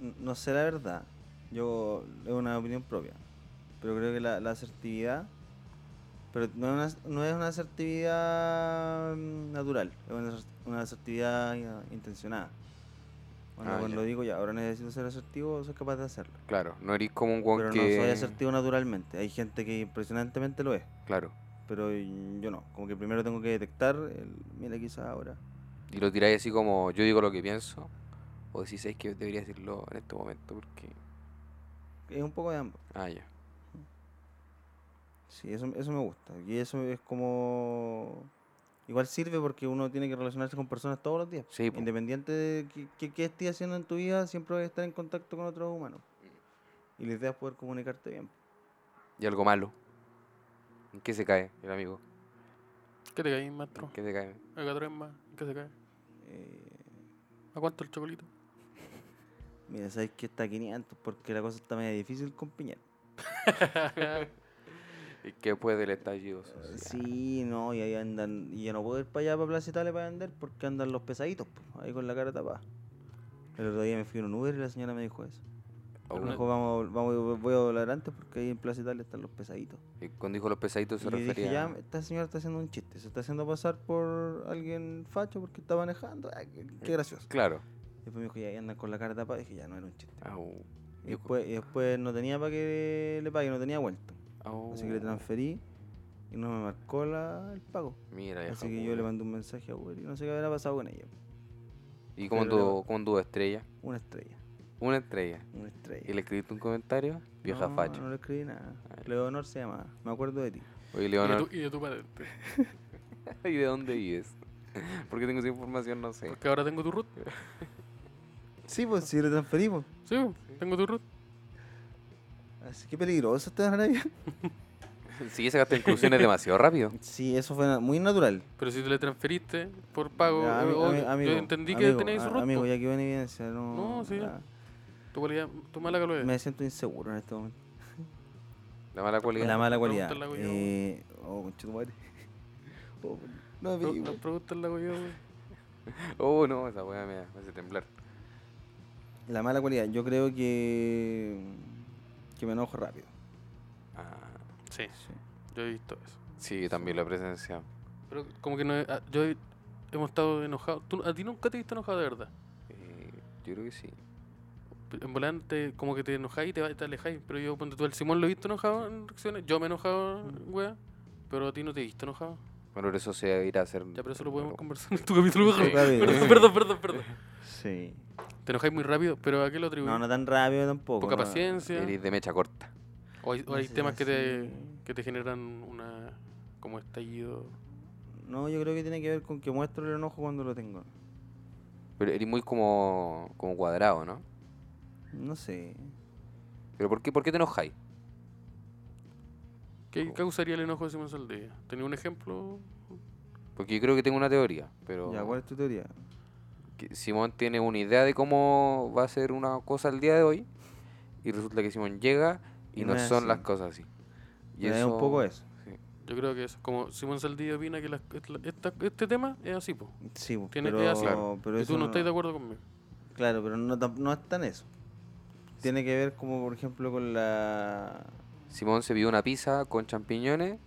Speaker 2: N- No sé la verdad. Yo. Es una opinión propia. Pero creo que la, la asertividad. Pero no es, una, no es una asertividad mm, natural. Es una, asert- una asertividad ya intencionada. Cuando,
Speaker 3: Ah, ya.
Speaker 2: cuando digo ya, ahora necesito ser asertivo, soy capaz de hacerlo.
Speaker 3: Claro, no eres como un guan
Speaker 2: Pero
Speaker 3: que...
Speaker 2: no soy asertivo naturalmente. Hay gente que impresionantemente lo es.
Speaker 3: Claro.
Speaker 2: Pero yo no. Como que primero tengo que detectar. el, mira, quizás ahora.
Speaker 3: Y lo tiráis así como, yo digo lo que pienso. O decís, ¿sabes qué? Debería decirlo en este momento porque...
Speaker 2: Es un poco de ambos.
Speaker 3: Ah, ya.
Speaker 2: Sí, eso, eso me gusta. Y eso es como... Igual sirve porque uno tiene que relacionarse con personas todos los días.
Speaker 3: Sí, po.
Speaker 2: Independiente de qué- qué, qué estés haciendo en tu vida, siempre vas a estar en contacto con otros humanos.
Speaker 3: Mm.
Speaker 2: Y la idea es poder comunicarte bien.
Speaker 3: Y algo malo. ¿En qué se cae el amigo?
Speaker 4: ¿Qué te cae,
Speaker 3: ¿En
Speaker 4: maestro?
Speaker 3: qué se cae?
Speaker 4: Acá tres más, ¿en ¿qué se cae?
Speaker 2: Eh,
Speaker 4: ¿A cuánto el chocolito? *laughs*
Speaker 2: mira, sabes que está a 500 porque la cosa está medio difícil con Piñera.
Speaker 3: ¿Y qué después del estallido social?
Speaker 2: Sí, no, y ahí andan... Y yo no puedo ir para allá, para Plaza Italia, para vender porque andan los pesaditos, po, ahí con la cara tapada. El otro día me fui en un Uber y la señora me dijo eso.
Speaker 3: O
Speaker 2: Me
Speaker 3: uno-
Speaker 2: dijo, vamos, vamos, voy a volar antes porque ahí en Plaza Italia están los pesaditos.
Speaker 3: y cuando dijo los pesaditos
Speaker 2: Y
Speaker 3: se
Speaker 2: yo dije,
Speaker 3: refería...
Speaker 2: ya, esta señora está haciendo un chiste, se está haciendo pasar por alguien facho porque está manejando. ah, qué, qué gracioso.
Speaker 3: Claro.
Speaker 2: Después me dijo, ya, y andan con la cara tapada. dije, ya, no era un chiste.
Speaker 3: Au,
Speaker 2: Y
Speaker 3: yo-
Speaker 2: después, y después no tenía para que le pague, no tenía vuelto.
Speaker 3: au.
Speaker 2: Así que le transferí y no me marcó la, el pago.
Speaker 3: Mira, vieja
Speaker 2: Así que yo
Speaker 3: culia.
Speaker 2: le mandé un mensaje a Uber y no sé qué habrá pasado con ella.
Speaker 3: ¿Y cómo
Speaker 2: Pero le-
Speaker 3: anduvo, cómo anduvo estrella?
Speaker 2: Una estrella,
Speaker 3: Una estrella.
Speaker 2: una
Speaker 3: ¿Y
Speaker 2: estrella.
Speaker 3: le escribiste un comentario? Vieja
Speaker 2: no,
Speaker 3: facha.
Speaker 2: No le escribí nada.
Speaker 3: Ah.
Speaker 2: Leonor se llamaba, me acuerdo de ti.
Speaker 3: Oye,
Speaker 4: Y de
Speaker 3: Leonor,
Speaker 4: tu- y de tu patente.
Speaker 3: *laughs* ¿y de dónde vives? Porque tengo esa información, no sé.
Speaker 4: *laughs* Porque ahora tengo tu root.
Speaker 2: Sí, pues sí, le transferimos.
Speaker 4: Sí, tengo tu root.
Speaker 2: Así que peligroso este esta Navidad.
Speaker 3: Sí, sacaste conclusiones demasiado rápido.
Speaker 2: *laughs* Sí, eso fue na- muy natural.
Speaker 4: Pero si te le transferiste por pago,
Speaker 2: Ya, ami-
Speaker 4: Ah, o-
Speaker 2: ami-
Speaker 4: yo
Speaker 2: amigo,
Speaker 4: entendí que
Speaker 2: amigo,
Speaker 4: tenéis
Speaker 2: a-
Speaker 4: su root.
Speaker 2: Amigo,
Speaker 4: po.
Speaker 2: ya quedó en evidencia. No,
Speaker 4: No, sí. Pues.
Speaker 2: ya.
Speaker 4: Tu cualidad, tu mala calidad.
Speaker 2: Me siento inseguro en este momento.
Speaker 3: La mala cualidad.
Speaker 2: La mala cualidad.
Speaker 4: Pregúntale algo yo.
Speaker 2: Eh, oh, conchetumare. *laughs* Oh, no,
Speaker 4: Pro-
Speaker 2: amigo.
Speaker 4: Las preguntas las hago yo, güey.
Speaker 3: Oh, no, esa weá me, me hace temblar.
Speaker 2: La mala cualidad. Yo creo que. que me enojo rápido.
Speaker 3: Ah,
Speaker 4: Sí,
Speaker 2: Sí.
Speaker 4: yo he visto eso.
Speaker 3: sí, también la presencia.
Speaker 4: Pero como que no he- ah, yo he- hemos estado enojados. Tú- a ti nunca te viste enojado de verdad.
Speaker 3: Eh, yo creo que sí.
Speaker 4: Pero En volante, como que te enojáis y te, vas- te alejáis. Pero yo, cuando tú al Simón lo he visto enojado en reacciones, yo me he enojado,
Speaker 2: Mm.
Speaker 4: güey. Pero a ti no te he visto enojado.
Speaker 3: Bueno, pero eso se irá a hacer.
Speaker 4: Ya, pero eso lo podemos
Speaker 3: Bueno,
Speaker 4: conversar en tu capítulo.
Speaker 2: Mm, Sí,
Speaker 4: güey.
Speaker 2: rápido.
Speaker 4: Perdón, perdón, perdón, perdón.
Speaker 2: Sí.
Speaker 4: Te enojáis muy rápido, pero ¿a qué lo atribuís?
Speaker 2: No, no tan rápido tampoco.
Speaker 4: Poca
Speaker 2: no.
Speaker 4: paciencia.
Speaker 3: eres de mecha corta.
Speaker 4: O hay, o
Speaker 2: No
Speaker 4: hay
Speaker 2: sé,
Speaker 4: temas que te,
Speaker 2: sí.
Speaker 4: que te generan una como estallido.
Speaker 2: No, yo creo que tiene que ver con que muestro el enojo cuando lo tengo.
Speaker 3: Pero eres muy como, como cuadrado, ¿no?
Speaker 2: No sé.
Speaker 3: Pero ¿por qué, por qué te enojáis?
Speaker 4: ¿Qué causaría el enojo de Simón Saldivia? ¿Tenía un ejemplo?
Speaker 3: Porque yo creo que tengo una teoría. Pero
Speaker 2: Ya, ¿cuál es tu teoría?
Speaker 3: que Simón tiene una idea de cómo va a ser una cosa el día de hoy. Y resulta que Simón llega y
Speaker 2: Y
Speaker 3: no
Speaker 2: no es
Speaker 3: son
Speaker 2: así.
Speaker 3: las cosas así. Y
Speaker 2: Ya, Es un poco eso.
Speaker 4: Yo creo que eso. Como Simón Saldivia opina que las- esta- esta- este tema es así, po.
Speaker 2: Sí, pues,
Speaker 4: Tiene- es
Speaker 2: pero,
Speaker 4: así.
Speaker 3: Claro.
Speaker 2: pero
Speaker 4: Y
Speaker 2: eso
Speaker 4: tú no estás de acuerdo conmigo.
Speaker 2: Claro, pero no, tam- no es tan eso. Tiene que ver como, por ejemplo, con la...
Speaker 3: Simón se pidió una pizza con champiñones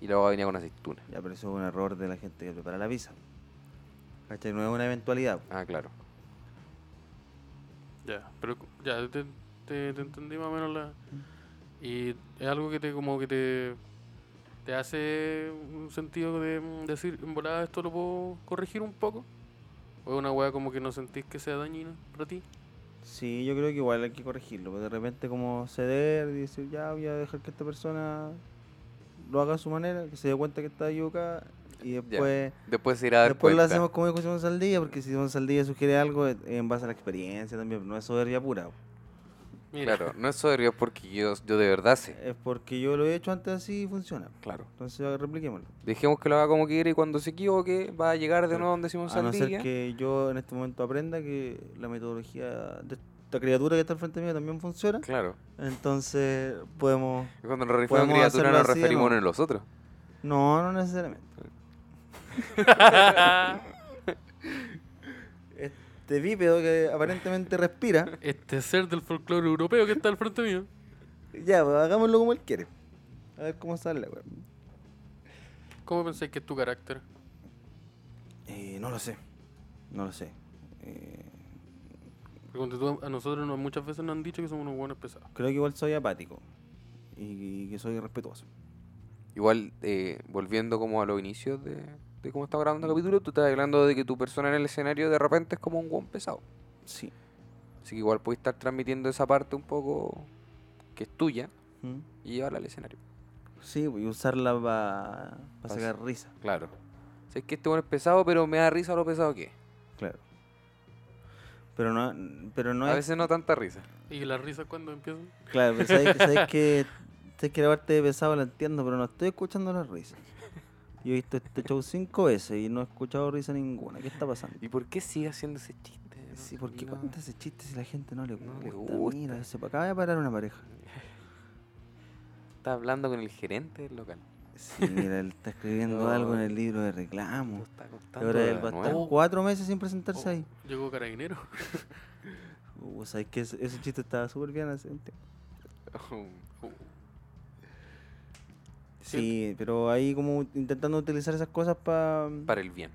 Speaker 3: y la boba venía con aceituna.
Speaker 2: Ya, pero eso es un error de la gente que prepara la pizza. ¿Cachai? No es una eventualidad.
Speaker 3: Ah, claro.
Speaker 4: Ya, pero cu- ya te, te- te entendí más o menos la. Y es algo que te como que te, te hace un sentido de mm, decir, en volada esto lo puedo corregir un poco. O es una weá como que no sentís que sea dañina para ti.
Speaker 2: Sí, yo creo que igual hay que corregirlo. pues, De repente como ceder y decir, ya voy a dejar que esta persona lo haga a su manera, que se dé cuenta que está equivocada y después,
Speaker 3: Después se irá a dar
Speaker 2: después lo
Speaker 3: cuenta.
Speaker 2: hacemos como dijo Simón Saldivia, porque si Simón Saldivia sugiere algo es en base a la experiencia también, no es soberbia pura.
Speaker 4: Mira,
Speaker 3: Claro, no es soberbio porque yo, yo de verdad sé.
Speaker 2: Es porque yo lo he hecho antes así y funciona.
Speaker 3: Claro.
Speaker 2: Entonces repliquémoslo.
Speaker 3: Dejemos que lo haga como quiere y cuando se equivoque va a llegar de nuevo donde Simón
Speaker 2: A no
Speaker 3: Saldivia.
Speaker 2: ser que yo en este momento aprenda que la metodología de esta criatura que está al frente mío también funciona.
Speaker 3: Claro.
Speaker 2: Entonces podemos...
Speaker 3: Y Cuando nos referimos a
Speaker 2: Podemos
Speaker 3: criatura
Speaker 2: hacerlo así
Speaker 3: nos
Speaker 2: de
Speaker 3: referimos
Speaker 2: nuevo.
Speaker 3: en los otros.
Speaker 2: No, no necesariamente. Este bípedo que aparentemente respira.
Speaker 4: *laughs* este ser del folclore europeo que está al frente mío.
Speaker 2: Ya, pues, hagámoslo como él quiere. A ver cómo sale, weón.
Speaker 4: ¿Cómo pensáis que es tu carácter?
Speaker 2: Eh, no lo sé. No lo sé. Eh,
Speaker 4: Porque ponte tú, a nosotros no- muchas veces nos han dicho que somos unos buenos pesados.
Speaker 2: creo que igual soy apático. Y, y que soy respetuoso.
Speaker 3: Igual, eh, volviendo como a los inicios de, de cómo estamos grabando el capítulo, tú estás hablando de que tu persona en el escenario de repente es como un guan pesado.
Speaker 2: Sí.
Speaker 3: Así que igual puedes estar transmitiendo esa parte un poco que es tuya
Speaker 2: ¿Mm?
Speaker 3: y llevarla al escenario.
Speaker 2: Sí, y usarla para
Speaker 3: Pa-
Speaker 2: sacar risa.
Speaker 3: Claro. Sé que este bueno es pesado, pero me da risa lo pesado que es.
Speaker 2: Claro. Pero no, pero no
Speaker 3: a
Speaker 2: es-
Speaker 3: veces no tanta risa.
Speaker 4: ¿Y las risas cuando empiezan?
Speaker 2: Claro, pero sabes,
Speaker 3: *laughs*
Speaker 2: sabes que sabes que la parte de pesado la entiendo, pero no estoy escuchando las risas. Yo he visto este show cinco veces y no he escuchado risa ninguna. ¿Qué está pasando?
Speaker 3: ¿Y por qué sigue haciendo ese chiste? No-
Speaker 2: Sí, ¿Por qué
Speaker 3: no-
Speaker 2: cuenta ese chiste si la gente no le gusta?
Speaker 3: No le gusta.
Speaker 2: Mira, se pa- acaba de parar una pareja.
Speaker 3: Está hablando con el gerente del local. *laughs*
Speaker 2: Sí, mira, él está escribiendo
Speaker 3: No.
Speaker 2: algo en el libro de reclamo.
Speaker 3: Está
Speaker 2: Y
Speaker 3: contando
Speaker 2: ahora
Speaker 3: de
Speaker 2: él va a estar
Speaker 3: nuevo. Oh.
Speaker 2: cuatro meses sin presentarse ahí.
Speaker 4: Oh,
Speaker 2: *laughs*
Speaker 4: Llegó carabinero.
Speaker 2: Uh, ¿Sabes que Ese, ese chiste estaba súper bien hace un tiempo. Oh, Sí, pero ahí como intentando utilizar esas cosas pa-
Speaker 3: para el bien.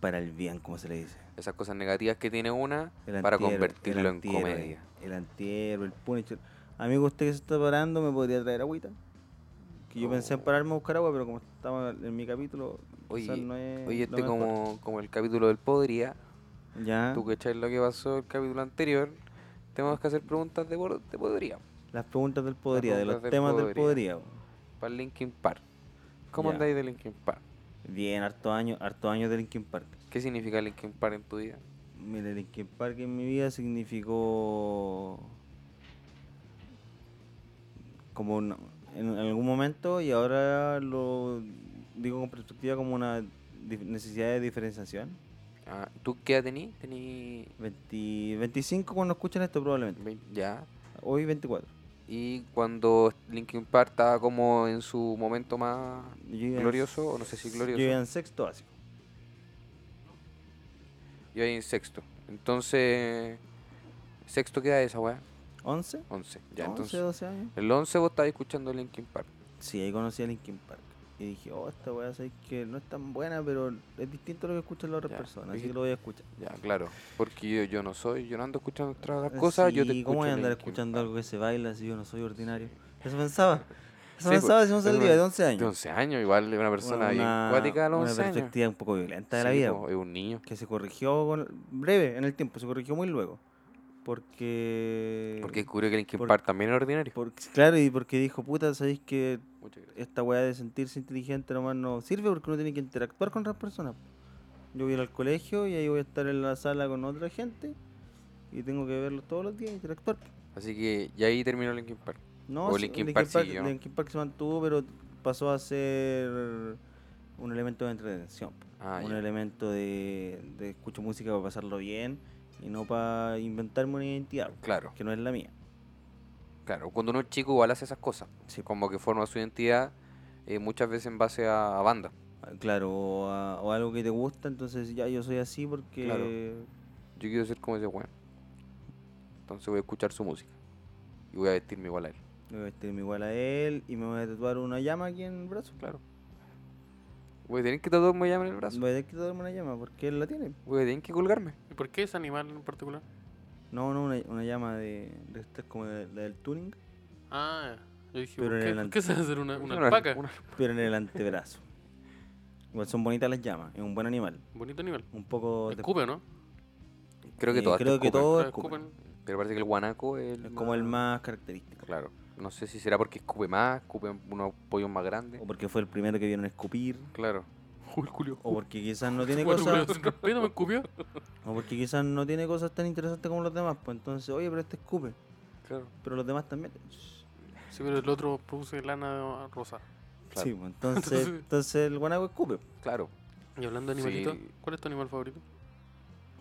Speaker 2: para el bien, como se le dice.
Speaker 3: Esas cosas negativas que tiene una
Speaker 2: El antihéroe,
Speaker 3: para
Speaker 2: el
Speaker 3: convertirlo en
Speaker 2: antihéroe,
Speaker 3: comedia.
Speaker 2: El antihéroe, el Punisher. Amigo, usted que se está parando, ¿me podría traer agüita? Que yo pensé en
Speaker 3: Oh.
Speaker 2: pararme a buscar agua, pero como estaba en mi capítulo, quizás
Speaker 3: Oye,
Speaker 2: no es
Speaker 3: oye,
Speaker 2: Eh, lo
Speaker 3: este
Speaker 2: mejor. ¿Ah?
Speaker 3: como, como el capítulo del Podría,
Speaker 2: Ya,
Speaker 3: tú que echáis lo que pasó el capítulo anterior, tenemos que hacer preguntas de, por- de Podría.
Speaker 2: las preguntas del podría, de los
Speaker 3: preguntas del
Speaker 2: temas del
Speaker 3: podría.
Speaker 2: podría.
Speaker 3: Para Linkin Park. ¿Cómo
Speaker 2: Ya.
Speaker 3: andáis de Linkin Park?
Speaker 2: Bien, harto año, harto año de Linkin Park.
Speaker 3: ¿Qué significa Linkin Park en tu vida?
Speaker 2: Mira, Linkin Park en mi vida significó como una- en algún momento y ahora lo digo con perspectiva como una dif- necesidad de diferenciación.
Speaker 3: Ah, ¿Tú qué edad tení? Tení
Speaker 2: 20 25 cuando escuchan esto probablemente.
Speaker 3: vein- ya.
Speaker 2: Hoy 24.
Speaker 3: Y cuando Linkin Park estaba como en su momento más
Speaker 2: Yo iba en-
Speaker 3: glorioso, o no sé si glorioso.
Speaker 2: Yo iba en sexto básico.
Speaker 3: Yo ahí en sexto. Entonces, sexto queda esa weá.
Speaker 2: 11.
Speaker 3: 11. Ya,
Speaker 2: 11,
Speaker 3: entonces.
Speaker 2: 12 años.
Speaker 3: El 11 vos estabas escuchando Linkin Park.
Speaker 2: Sí, ahí conocí a Linkin Park. Y dije, oh, esta weá sabes que no es tan buena, pero es distinto a lo que escuchan las otras
Speaker 3: Ya,
Speaker 2: personas, así
Speaker 3: dije-
Speaker 2: que lo voy a escuchar.
Speaker 3: Ya, claro. Porque yo, yo no soy, yo no ando escuchando otras cosas. yo
Speaker 2: Eh,
Speaker 3: te
Speaker 2: Pues Sí, ¿Cómo voy a
Speaker 3: escucho
Speaker 2: andar
Speaker 3: Linkin
Speaker 2: escuchando
Speaker 3: Park.
Speaker 2: algo que se baila si yo no soy ordinario? Eso pensaba. Eso
Speaker 3: Sí,
Speaker 2: pensaba
Speaker 3: pues,
Speaker 2: si no
Speaker 3: es una-
Speaker 2: salía de 11 años.
Speaker 3: De 11 años, igual es una persona bien cuática a los
Speaker 2: una
Speaker 3: 11 años.
Speaker 2: perspectiva un poco violenta de la
Speaker 3: Sí,
Speaker 2: vida.
Speaker 3: po, es un niño.
Speaker 2: que se corrigió con- breve en el tiempo, se corrigió muy luego. Porque.
Speaker 3: Porque descubrió que Linkin
Speaker 2: por-
Speaker 3: Park también es ordinario.
Speaker 2: porque- claro, y porque dijo, puta, sabéis que
Speaker 3: Muchas gracias.
Speaker 2: esta weá de sentirse inteligente nomás no sirve porque uno tiene que interactuar con otras personas. Yo voy a ir al colegio y ahí voy a estar en la sala con otra gente y tengo que verlos todos los días, interactuar.
Speaker 3: Así que, y ahí terminó Linkin Park.
Speaker 2: No,
Speaker 3: O
Speaker 2: sí,
Speaker 3: Linkin Park siguió.
Speaker 2: Linkin Park se mantuvo, pero pasó a ser un elemento de entretención. po.
Speaker 3: Ah,
Speaker 2: un
Speaker 3: ya.
Speaker 2: elemento de, de escucho música para pasarlo bien y no para inventarme una identidad,
Speaker 3: Claro,
Speaker 2: que no es la mía.
Speaker 3: claro. Cuando uno es chico, igual hace esas cosas.
Speaker 2: Sí,
Speaker 3: Como que forma su identidad eh, muchas veces en base a, a bandas.
Speaker 2: ah, claro, o, a- o algo que te gusta, entonces ya yo soy así porque...
Speaker 3: Claro. Yo quiero ser como ese weón. Entonces voy a escuchar su música. Y voy a vestirme igual a él.
Speaker 2: Me voy a vestirme igual a él y me voy a tatuar una llama aquí en el brazo.
Speaker 3: Claro. Voy a tener que tatuarme llama en el brazo.
Speaker 2: Voy a tener que tatuarme una llama porque él la tiene.
Speaker 3: Voy a tener que colgarme.
Speaker 4: ¿Y por qué ese animal en particular?
Speaker 2: No, no, una, una llama de, de estas como de- la del tuning.
Speaker 4: Ah, Yo dije,
Speaker 2: Pero
Speaker 4: ¿por
Speaker 2: en
Speaker 4: qué,
Speaker 2: el
Speaker 4: por
Speaker 2: ante-
Speaker 4: qué se va a hacer una, una
Speaker 3: Una-
Speaker 4: alpaca?
Speaker 3: una-
Speaker 2: pero en el antebrazo. Igual son bonitas las llamas, es un buen animal.
Speaker 4: Bonito animal.
Speaker 2: Un poco... de-
Speaker 4: Escupe, ¿no?
Speaker 3: creo que
Speaker 2: eh,
Speaker 3: todas te
Speaker 2: creo que
Speaker 3: escupen,
Speaker 2: todos
Speaker 4: Pero
Speaker 2: escupen.
Speaker 4: escupen.
Speaker 3: Pero parece que el guanaco es el
Speaker 2: Es como el más característico.
Speaker 3: Claro. No sé si será porque escupe más, escupe unos pollos más grandes.
Speaker 2: O porque fue el primero que vieron escupir.
Speaker 3: Claro.
Speaker 4: Julio, Julio. *laughs*
Speaker 2: O porque quizás no Oh, tiene
Speaker 4: Bueno,
Speaker 2: cosas.
Speaker 4: Julio, sin respeto, me escupió.
Speaker 2: O porque quizás no tiene cosas tan interesantes como los demás. Pues entonces, oye, pero este escupe.
Speaker 3: Claro.
Speaker 2: Pero los demás también.
Speaker 4: Sí, pero el otro produce lana rosa.
Speaker 3: Claro.
Speaker 2: Sí, pues, entonces, entonces el guanaco escupe.
Speaker 3: Claro.
Speaker 4: Y hablando de
Speaker 3: Sí.
Speaker 4: animalitos, ¿cuál es tu animal favorito?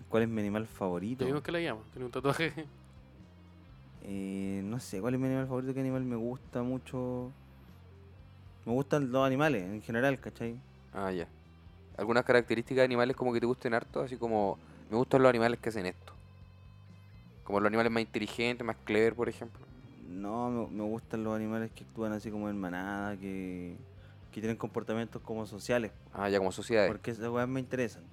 Speaker 2: ¿Cuál es mi animal favorito?
Speaker 4: Ya vimos que la llama. Tiene
Speaker 2: *laughs*
Speaker 4: un tatuaje.
Speaker 2: Eh, no sé, ¿cuál es mi animal favorito? ¿Qué animal me gusta mucho? Me gustan los animales en general, ¿cachai?
Speaker 3: Ah, ya. ¿Algunas características de animales como que te gusten harto? Así como, me gustan los animales que hacen esto. Como los animales más inteligentes, más clever, por ejemplo.
Speaker 2: No, me, me gustan los animales que actúan así como en manada, que, que tienen comportamientos como sociales.
Speaker 3: Ah, ya, como sociedades.
Speaker 2: Porque esas weas me interesan.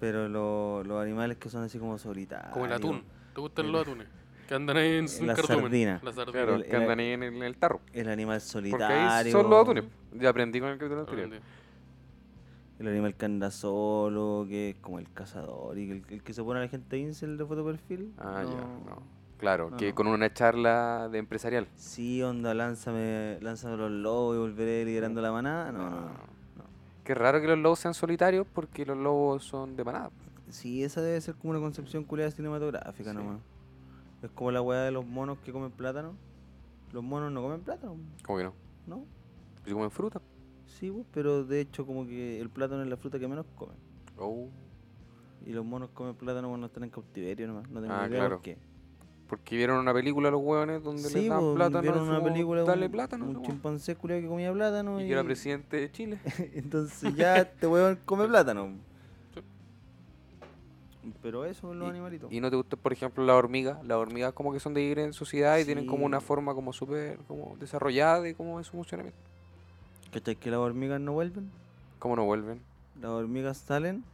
Speaker 2: Pero lo- los animales que son así como solitarios.
Speaker 4: Como el atún. ¿Te gustan
Speaker 2: Ah, el-
Speaker 4: los atunes? Que andan ahí en
Speaker 2: eh,
Speaker 4: un
Speaker 2: la
Speaker 4: cardumen.
Speaker 2: sardina.
Speaker 4: La sardina.
Speaker 3: Claro,
Speaker 2: El-
Speaker 3: que
Speaker 2: el-
Speaker 3: andan ahí en el, en el tarro.
Speaker 2: El animal
Speaker 3: Porque
Speaker 2: solitario.
Speaker 3: ahí son los atunes. Ya aprendí con el capítulo anterior.
Speaker 4: Grande.
Speaker 2: El animal que anda solo, que es como el cazador. Y que el, el que se pone a la gente incel de fotoperfil.
Speaker 3: Ah, ya,
Speaker 2: no.
Speaker 3: no. Claro,
Speaker 2: No,
Speaker 3: que
Speaker 2: no.
Speaker 3: con una charla de empresarial.
Speaker 2: Sí, onda, lánzame, lánzame los lobos y volveré liderando la manada. Ah, No, no, no.
Speaker 3: Qué raro que los lobos sean solitarios porque los lobos son de manada.
Speaker 2: Sí, esa debe ser como una concepción culiada cinematográfica
Speaker 3: Sí.
Speaker 2: nomás. Es como la weá de los monos que comen plátano. Los monos no comen plátano,
Speaker 3: ¿Cómo que no?
Speaker 2: ¿no?
Speaker 3: Si comen fruta.
Speaker 2: Sí, pues, pero de hecho como que el plátano es la fruta que menos comen.
Speaker 3: Oh,
Speaker 2: Y los monos comen plátano cuando están en cautiverio nomás. No tengo
Speaker 3: Ah,
Speaker 2: idea
Speaker 3: claro.
Speaker 2: por qué.
Speaker 3: Porque vieron una película los hueones donde
Speaker 2: Sí,
Speaker 3: les dan
Speaker 2: pues,
Speaker 3: plátano.
Speaker 2: vieron
Speaker 3: y
Speaker 2: una
Speaker 3: fue,
Speaker 2: película de
Speaker 3: Dale
Speaker 2: un,
Speaker 3: plátano.
Speaker 2: un
Speaker 3: ese hueón.
Speaker 2: chimpancé culiado que comía plátano.
Speaker 3: y que era presidente de Chile.
Speaker 2: *laughs* Entonces ya este weón come plátano.
Speaker 4: Sí.
Speaker 2: Pero eso, los
Speaker 3: Y-
Speaker 2: animalitos.
Speaker 3: Y no te gustan, por ejemplo, las hormigas. Las hormigas como que son de ir en sociedad y tienen como una
Speaker 2: Sí.
Speaker 3: forma como súper como desarrollada de cómo es su funcionamiento.
Speaker 2: ¿Cachai que las hormigas no vuelven?
Speaker 3: ¿Cómo no vuelven?
Speaker 2: Las hormigas salen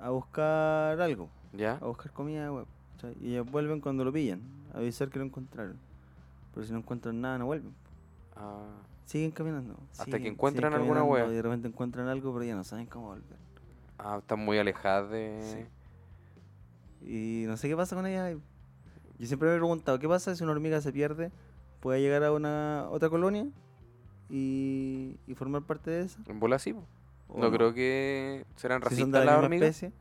Speaker 2: a buscar algo,
Speaker 3: ¿Ya?
Speaker 2: a buscar comida, weón. ¿cachai? Y ellas vuelven cuando lo pillan, a avisar que lo encontraron. Pero si no encuentran nada, no vuelven.
Speaker 3: Ah,
Speaker 2: Siguen caminando.
Speaker 3: Hasta que
Speaker 2: siguen- siguen
Speaker 3: encuentran alguna
Speaker 2: caminando
Speaker 3: wea.
Speaker 2: Y de repente encuentran algo, pero ya no saben cómo volver.
Speaker 3: ah, están muy alejadas de...
Speaker 2: Sí. Y no sé qué pasa con ellas. ahí. Yo siempre me he preguntado, ¿qué pasa si una hormiga se pierde? ¿Puede llegar a una otra colonia y, y formar parte de esa?
Speaker 3: En bola sí, po.
Speaker 2: ¿O
Speaker 3: No, creo que serán
Speaker 2: Oh, Si son
Speaker 3: racistas
Speaker 2: de la
Speaker 3: las
Speaker 2: misma
Speaker 3: hormigas.
Speaker 2: especie.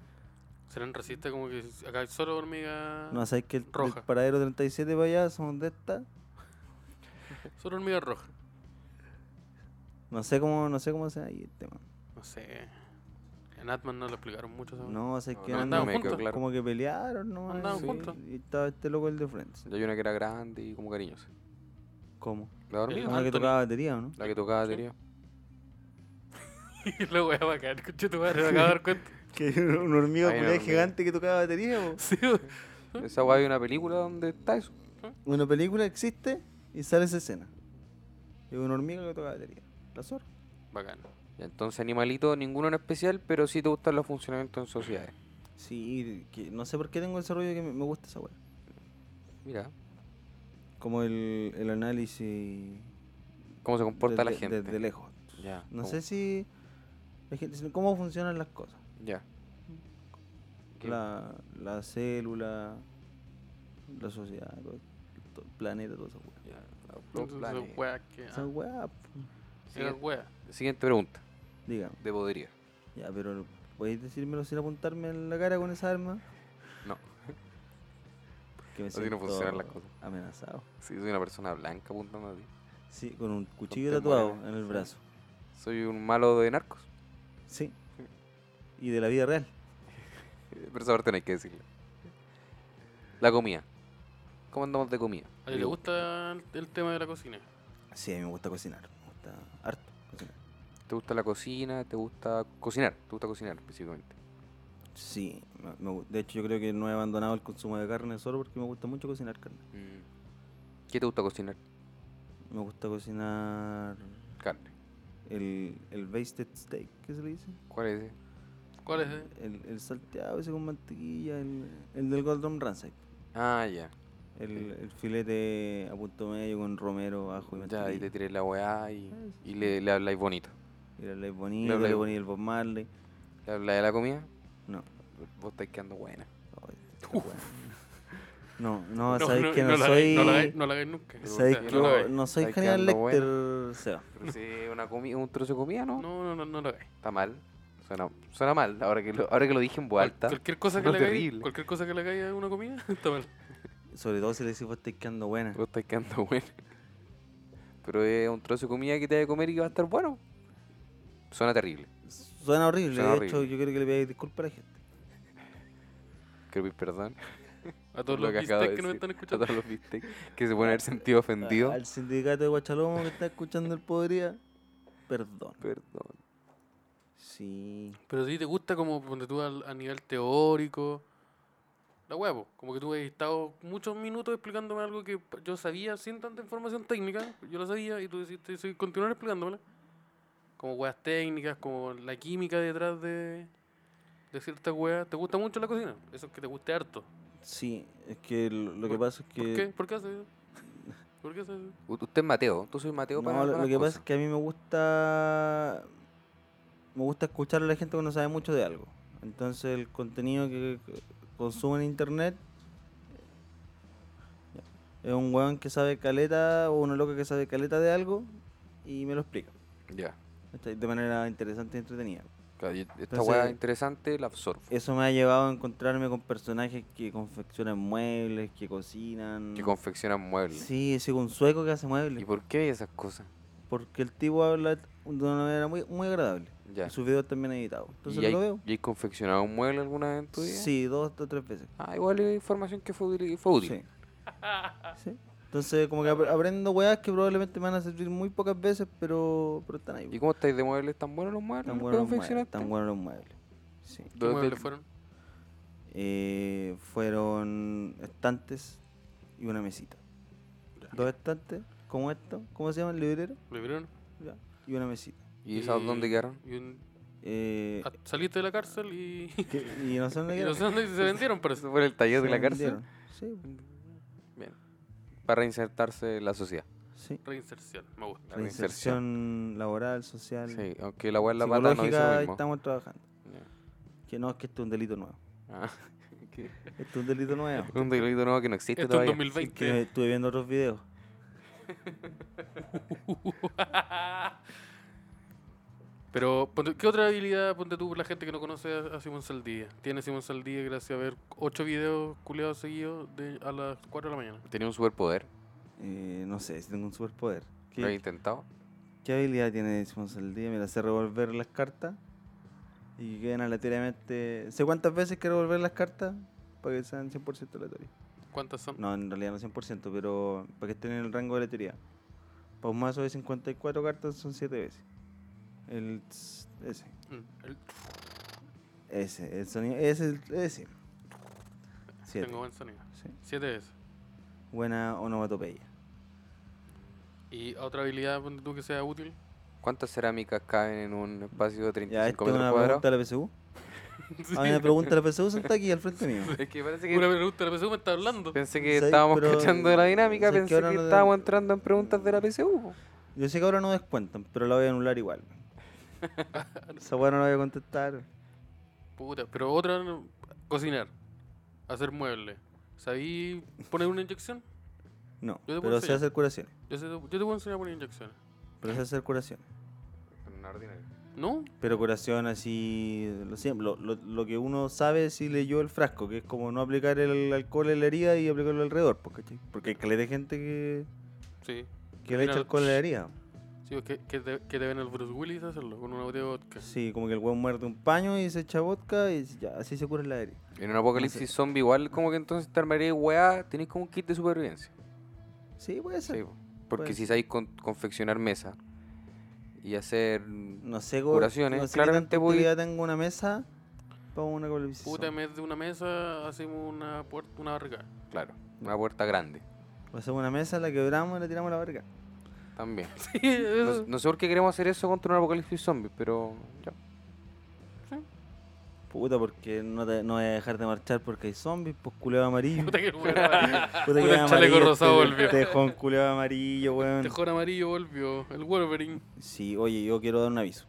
Speaker 4: Serán racistas como que acá hay solo hormigas.
Speaker 2: No, sabéis que el, el
Speaker 4: Roja.
Speaker 2: paradero 37 para allá son de estas.
Speaker 4: Solo hormigas rojas.
Speaker 2: No sé cómo, no sé cómo sea ahí el tema.
Speaker 4: No sé. En Atman no lo explicaron mucho. ¿sabes?
Speaker 2: No, sé
Speaker 3: No,
Speaker 2: que
Speaker 3: no,
Speaker 2: andan
Speaker 4: andaban
Speaker 2: como-
Speaker 4: juntos.
Speaker 3: claro.
Speaker 2: como que pelearon, ¿no?
Speaker 4: Andaban
Speaker 2: Sí.
Speaker 4: juntos.
Speaker 2: Y estaba este loco el de Friends.
Speaker 3: Ya hay una que era grande y como cariñosa.
Speaker 2: ¿Cómo?
Speaker 3: La hormiga,
Speaker 2: Como el que
Speaker 4: Anthony.
Speaker 2: tocaba batería, ¿o ¿no?
Speaker 3: la que tocaba
Speaker 4: Sí.
Speaker 3: batería.
Speaker 4: *laughs* Y la wea bacán, coche tu madre, me acabo de dar cuenta.
Speaker 2: Que *laughs* era un hormiga
Speaker 3: Hay una
Speaker 2: culiá
Speaker 3: hormiga.
Speaker 2: gigante que tocaba batería, po.
Speaker 4: Sí, weón.
Speaker 3: Esa guay hay una película donde está eso.
Speaker 2: Una película existe y sale esa escena. Es una hormiga que toca batería. La zorra.
Speaker 4: bacán.
Speaker 3: Ya, entonces, animalito, ninguno en especial, pero sí te gustan los funcionamientos en sociedades.
Speaker 2: Sí, que no sé por qué tengo ese rollo que me, me gusta esa weá.
Speaker 3: Mira,
Speaker 2: Como el, el análisis.
Speaker 3: cómo se comporta la
Speaker 2: desde-
Speaker 3: gente. Oh.
Speaker 2: Desde lejos.
Speaker 3: Ya,
Speaker 2: No
Speaker 3: cómo-
Speaker 2: sé si. la gente- sino cómo funcionan las cosas.
Speaker 3: Ya. Que-
Speaker 2: La, la célula, la sociedad, todo, todo el planeta, toda esa weá.
Speaker 3: ya, los
Speaker 4: Entonces,
Speaker 3: planes.
Speaker 4: wea que.
Speaker 2: Esa
Speaker 4: ah,
Speaker 2: weá, po.
Speaker 4: Era
Speaker 3: Siguiente,
Speaker 4: wea.
Speaker 3: siguiente pregunta,
Speaker 2: dígame.
Speaker 3: de podería.
Speaker 2: Ya, pero ¿podéis decírmelo sin apuntarme en la cara con esa arma?
Speaker 3: No.
Speaker 2: Que me
Speaker 3: Así no funcionan las cosas.
Speaker 2: Amenazado.
Speaker 3: Sí, soy una persona blanca apuntando a ti.
Speaker 2: Sí, con un cuchillo
Speaker 3: te
Speaker 2: tatuado
Speaker 3: mueres,
Speaker 2: en el
Speaker 3: sí.
Speaker 2: brazo.
Speaker 3: Soy un malo de narcos.
Speaker 2: Sí. Y de la vida real.
Speaker 3: Eh, Pero esa parte no hay que decirlo. La comida. ¿Cómo andamos de comida?
Speaker 4: ¿A ti te gusta el, el tema de la cocina?
Speaker 2: Sí, a mí me gusta cocinar. Me gusta harto cocinar.
Speaker 3: ¿Te gusta la cocina? ¿Te gusta cocinar? ¿Te gusta cocinar específicamente?
Speaker 2: Sí. me- me gu- de hecho, yo creo que no he abandonado el consumo de carne solo porque me gusta mucho cocinar carne.
Speaker 4: Mm.
Speaker 3: ¿Qué te gusta cocinar?
Speaker 2: Me gusta cocinar
Speaker 4: Mm.
Speaker 3: Carne.
Speaker 2: el, el basted steak, ¿qué se le dice?
Speaker 3: ¿Cuál es? ese?
Speaker 4: ¿Cuál es? eh?
Speaker 2: El, el salteado ese con mantequilla, el, el del Golden Ramsay.
Speaker 3: Ah, ya.
Speaker 2: El, el filete a punto medio con romero, ajo y
Speaker 3: Ya, y
Speaker 2: mantequilla.
Speaker 3: te tiré la weá y,
Speaker 4: Ah,
Speaker 3: y le, le habláis bonito.
Speaker 2: Y le habláis bonito,
Speaker 3: habláis-
Speaker 2: le ponéis el Bob Marley.
Speaker 3: ¿Le habláis de la comida?
Speaker 2: No.
Speaker 3: Vos estáis quedando buena.
Speaker 2: Ay, qué weá. No, no,
Speaker 4: No, no,
Speaker 2: sabéis que
Speaker 4: no
Speaker 2: no
Speaker 4: lo
Speaker 2: soy.
Speaker 4: hagáis- No lo hagáis- no lo hagáis nunca.
Speaker 3: Pero
Speaker 2: sabéis
Speaker 3: usted
Speaker 2: que
Speaker 3: no lo
Speaker 2: yo
Speaker 3: hagáis.
Speaker 2: no soy
Speaker 3: Estáis
Speaker 2: General
Speaker 3: quedando
Speaker 2: Lecter, Seba.
Speaker 3: Pero si una comi- un trozo de comida, ¿no?
Speaker 4: No, no, no, no lo hagáis.
Speaker 3: Está mal. Suena, suena mal, ahora que, lo, ahora que lo dije en
Speaker 4: Cual-
Speaker 3: vuelta.
Speaker 4: Cualquier cosa que
Speaker 3: Sonó
Speaker 4: le hagáis,
Speaker 3: terrible.
Speaker 4: cualquier cosa que le hagáis a una comida, *laughs* está mal.
Speaker 2: Sobre todo si le decís, vos estáis quedando buena.
Speaker 3: *laughs* Vos estáis quedando buena. Pero es un trozo de comida que te vas a comer y que va a estar bueno. Suena terrible.
Speaker 2: Suena horrible.
Speaker 3: Suena
Speaker 2: de hecho, yo quiero que le pidáis disculpas a la gente.
Speaker 3: Quiero pedir perdón.
Speaker 4: A
Speaker 3: por
Speaker 4: todos los
Speaker 3: que acabo de
Speaker 4: bistecs que nos
Speaker 3: decir.
Speaker 4: están
Speaker 3: A
Speaker 4: escuchando.
Speaker 3: *laughs* todos los bistecs que se pueden haber sentido ofendidos.
Speaker 2: Al sindicato de Guachalomo que está escuchando el Podría, perdón.
Speaker 3: Perdón.
Speaker 2: Sí.
Speaker 4: Pero si te gusta como cuando tú al- a nivel teórico. La huevo, como que tú has estado muchos minutos explicándome algo que p- yo sabía sin tanta información técnica, yo lo sabía y tú decidiste seguir- continuar explicándomela. Como huevas técnicas, como la química detrás de, de ciertas huevas. ¿Te gusta mucho la cocina? Eso es que te guste harto.
Speaker 2: Sí, es que lo, lo que
Speaker 4: ¿Por-
Speaker 2: pasa es que.
Speaker 4: ¿Por qué? ¿Por qué haces
Speaker 3: *laughs*
Speaker 4: eso? ¿Por qué haces eso?
Speaker 3: U- Usted es Mateo. Tú soy Mateo
Speaker 2: No,
Speaker 3: para
Speaker 2: lo,
Speaker 3: algunas
Speaker 2: lo que pasa
Speaker 3: cosas.
Speaker 2: es que a mí me gusta. Me gusta escuchar a la gente que no sabe mucho de algo. Entonces, el contenido que que consumo en internet. Es un weón que sabe caleta o una loca que sabe caleta de algo y me lo explica.
Speaker 3: Ya.
Speaker 2: ¿cachai? De manera interesante y entretenida.
Speaker 3: Claro, y Esta
Speaker 2: Entonces- eh,
Speaker 3: hueá interesante la absorbo.
Speaker 2: Eso me ha llevado a encontrarme con personajes que confeccionan muebles, que cocinan.
Speaker 3: Que confeccionan muebles.
Speaker 2: Sí, sí, un sueco que hace
Speaker 3: ¿Y
Speaker 2: muebles.
Speaker 3: por qué hay esas cosas?
Speaker 2: Porque el tipo habla de una manera muy, muy agradable.
Speaker 3: Ya.
Speaker 2: Y sus videos también editados. Entonces
Speaker 3: ¿Y, hay,
Speaker 2: lo veo.
Speaker 3: ¿Y hay confeccionado un mueble alguna vez en tu vida?
Speaker 2: Sí, dos o tres veces.
Speaker 3: Ah, igual es información que fue útil. Fue útil. *laughs*
Speaker 2: Sí. Sí. Entonces, como que ap- aprendo weas que probablemente me van a servir muy pocas veces, pero, pero están ahí.
Speaker 3: ¿Y cómo estáis de muebles? ¿Tan buenos los muebles?
Speaker 2: Tan
Speaker 3: que
Speaker 2: buenos los muebles.
Speaker 3: confeccionaste?
Speaker 2: Tan buenos los muebles. Sí.
Speaker 4: ¿Qué
Speaker 3: Dos de-
Speaker 4: muebles fueron?
Speaker 2: Eh, fueron estantes y una mesita. Dos estantes, como esto, ¿cómo se llama? El librero.
Speaker 4: ¿Lo vieron?
Speaker 2: ya, Y una mesita.
Speaker 3: ¿Y esas dónde quedaron? *laughs*
Speaker 4: y un-
Speaker 2: Eh,
Speaker 4: ah, saliste de la cárcel y,
Speaker 2: que- y no sé *laughs*
Speaker 3: *laughs*
Speaker 2: dónde
Speaker 4: *laughs* y no
Speaker 2: quedaron.
Speaker 4: sé dónde se vendieron, pero
Speaker 3: Eso fue en el taller de
Speaker 2: Se
Speaker 3: la cárcel.
Speaker 2: vendieron. Sí,
Speaker 3: Bien. Para reinsertarse en la sociedad.
Speaker 2: sí.
Speaker 4: Reinserción, me gusta.
Speaker 3: La
Speaker 2: La inserción laboral, social,
Speaker 3: Sí, aunque la weá en la pata no dice
Speaker 2: psicológica,
Speaker 3: lo mismo.
Speaker 2: estamos trabajando.
Speaker 3: Ya.
Speaker 2: Que no, es que esto es un delito nuevo.
Speaker 3: Ah, *laughs* ¿qué?
Speaker 2: Esto es un delito
Speaker 3: *laughs*
Speaker 2: nuevo.
Speaker 3: Un delito nuevo que no existe
Speaker 4: Esto en
Speaker 3: todavía.
Speaker 2: Es
Speaker 4: 2020.
Speaker 2: que estuve viendo otros videos.
Speaker 4: *laughs* Pero, ponte- ¿qué otra habilidad ponte tú la gente que no conoce a, a Simón Saldía? Tiene Simón Saldía gracias a ver ocho videos culiados seguidos de, a las 4 de la mañana.
Speaker 3: Tenía un superpoder.
Speaker 2: Eh, no sé, si tengo un superpoder.
Speaker 3: Lo he
Speaker 2: ¿Qué,
Speaker 3: intentado.
Speaker 2: qué habilidad tiene Simón Saldía? Mira, sé revolver las cartas y quedan aleatoriamente... ¿Sé cuántas veces que revolver las cartas? Para que sean 100% aleatorias.
Speaker 4: ¿Cuántas son?
Speaker 2: No, en realidad no 100%, pero para que estén en el rango de aleatoriedad. Para un mazo de 54 cartas son 7 veces. El... tss- Ese.
Speaker 4: Mm, el-
Speaker 2: Ese. El sonido... Ese. Ese. Siete.
Speaker 4: tengo buen sonido.
Speaker 2: Sí.
Speaker 4: Siete veces.
Speaker 2: Buena onomatopeya.
Speaker 4: ¿Y otra habilidad ponte tú que sea útil?
Speaker 3: ¿Cuántas cerámicas caben en un espacio de
Speaker 2: Ya,
Speaker 3: 35
Speaker 2: esta es
Speaker 3: metros
Speaker 2: una
Speaker 3: cuadrados?
Speaker 2: pregunta de la
Speaker 4: *laughs*
Speaker 2: PSU.
Speaker 4: Sí.
Speaker 2: A mí me pregunta la PSU, está aquí al frente mío.
Speaker 3: Es que parece
Speaker 4: Una pregunta, la PSU me está hablando.
Speaker 3: Pensé que
Speaker 2: ¿Sabes?
Speaker 3: estábamos
Speaker 2: Pero,
Speaker 3: cachando de la dinámica,
Speaker 2: ¿sabes que
Speaker 3: pensé que,
Speaker 2: ahora no-
Speaker 3: estábamos entrando en preguntas de la PCU. po.
Speaker 2: Yo sé que ahora no descuentan, pero la voy a anular
Speaker 4: *laughs*
Speaker 2: igual. Esa weá no la voy a contestar.
Speaker 4: Puta, pero otra, no- cocinar, hacer muebles. ¿Sabí poner una inyección?
Speaker 2: No,
Speaker 4: Yo te puedo
Speaker 2: pero sé
Speaker 4: enseñar.
Speaker 2: hacer curaciones.
Speaker 4: Yo, sé- yo te puedo enseñar a poner inyecciones.
Speaker 2: Pero sé hacer curaciones.
Speaker 4: ¿No?
Speaker 2: Pero curación así, lo, siempre, lo, lo- lo que uno sabe si leyó el frasco, que es como no aplicar el alcohol en la herida y aplicarlo alrededor, pues, ¿cachai? Porque hay caleta de gente que,
Speaker 4: Sí.
Speaker 2: que le echa
Speaker 4: Mira,
Speaker 2: alcohol en la herida.
Speaker 4: Sí, que, que, te, que te ven el Bruce Willis hacerlo con una botella de vodka.
Speaker 2: Sí, como que el weón muerde un paño y se echa vodka y ya, así se cura la herida.
Speaker 3: En un apocalipsis zombie igual como que entonces te armaría weá, tenés como un kit de supervivencia.
Speaker 2: Sí, puede ser.
Speaker 3: Sí, po. porque
Speaker 2: Puede
Speaker 3: si sabéis con- confeccionar mesa y hacer...
Speaker 2: No sé cómo.
Speaker 3: Curaciones,
Speaker 2: No sé
Speaker 3: claramente
Speaker 2: claramente
Speaker 3: voy-
Speaker 2: tengo una mesa para una colipsis.
Speaker 4: Puta, en vez de una mesa hacemos una puerta, una barrica.
Speaker 3: Claro, una puerta grande
Speaker 2: Hacemos una mesa, la quebramos y la tiramos a la verga.
Speaker 3: también.
Speaker 4: *laughs* Sí,
Speaker 3: No,
Speaker 2: pues,
Speaker 3: no sé por qué queremos hacer eso contra un apocalipsis zombie, pero... ya.
Speaker 2: Puta, porque no, te, no voy a dejar de marchar porque hay zombies, pues culeado *laughs* amarillo.
Speaker 4: Puta que el weón amarillo.
Speaker 2: *laughs* Puta
Speaker 4: Puta, el chaleco rosado
Speaker 2: este
Speaker 4: volvió.
Speaker 2: tejón culeado amarillo, weón.
Speaker 4: Tejón Este amarillo volvió. El Wolverine.
Speaker 2: Sí, oye, yo quiero dar un aviso.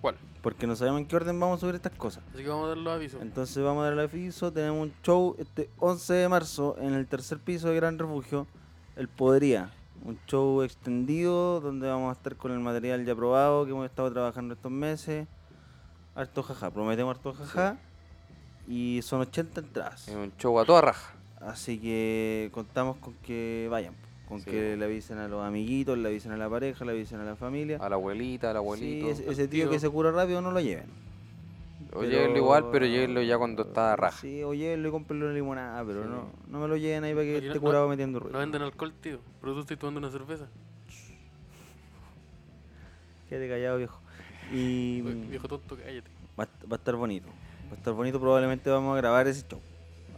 Speaker 4: ¿Cuál?
Speaker 2: Porque no sabemos en qué orden vamos a subir estas cosas.
Speaker 4: Así que vamos a dar los avisos.
Speaker 2: Entonces vamos a dar el aviso. Tenemos un show este 11 de marzo en el tercer piso de Gran Refugio, El Podría. Un show extendido donde vamos a estar con el material ya probado que hemos estado trabajando estos meses. Harto jaja, prometemos harto jaja. Y son 80 entradas.
Speaker 3: Es un show a toda raja.
Speaker 2: Así que contamos con que vayan, con
Speaker 3: Sí.
Speaker 2: que le avisen a los amiguitos, le avisen a la pareja, le avisen a la familia.
Speaker 3: A la abuelita, al Ah, abuelito.
Speaker 2: Sí, ese, ese
Speaker 4: al
Speaker 2: tío que
Speaker 4: tío.
Speaker 2: se cura rápido no lo lleven.
Speaker 3: O llévenlo igual, pero llévenlo ya cuando está a raja.
Speaker 2: Sí, o llévenlo y cómprenlo una limonada, pero
Speaker 3: Sí.
Speaker 2: no, no me lo lleven ahí para que
Speaker 4: Oye,
Speaker 2: esté
Speaker 4: no- no-
Speaker 2: curado metiendo ruido.
Speaker 4: No venden alcohol, tío. Pero tú estás tomando una cerveza.
Speaker 2: Quédate callado, viejo. Y
Speaker 4: *laughs* Oye,
Speaker 2: mm,
Speaker 4: Viejo tonto, cállate.
Speaker 2: va, a est- va a estar bonito. Va a estar bonito, probablemente vamos a grabar ese show.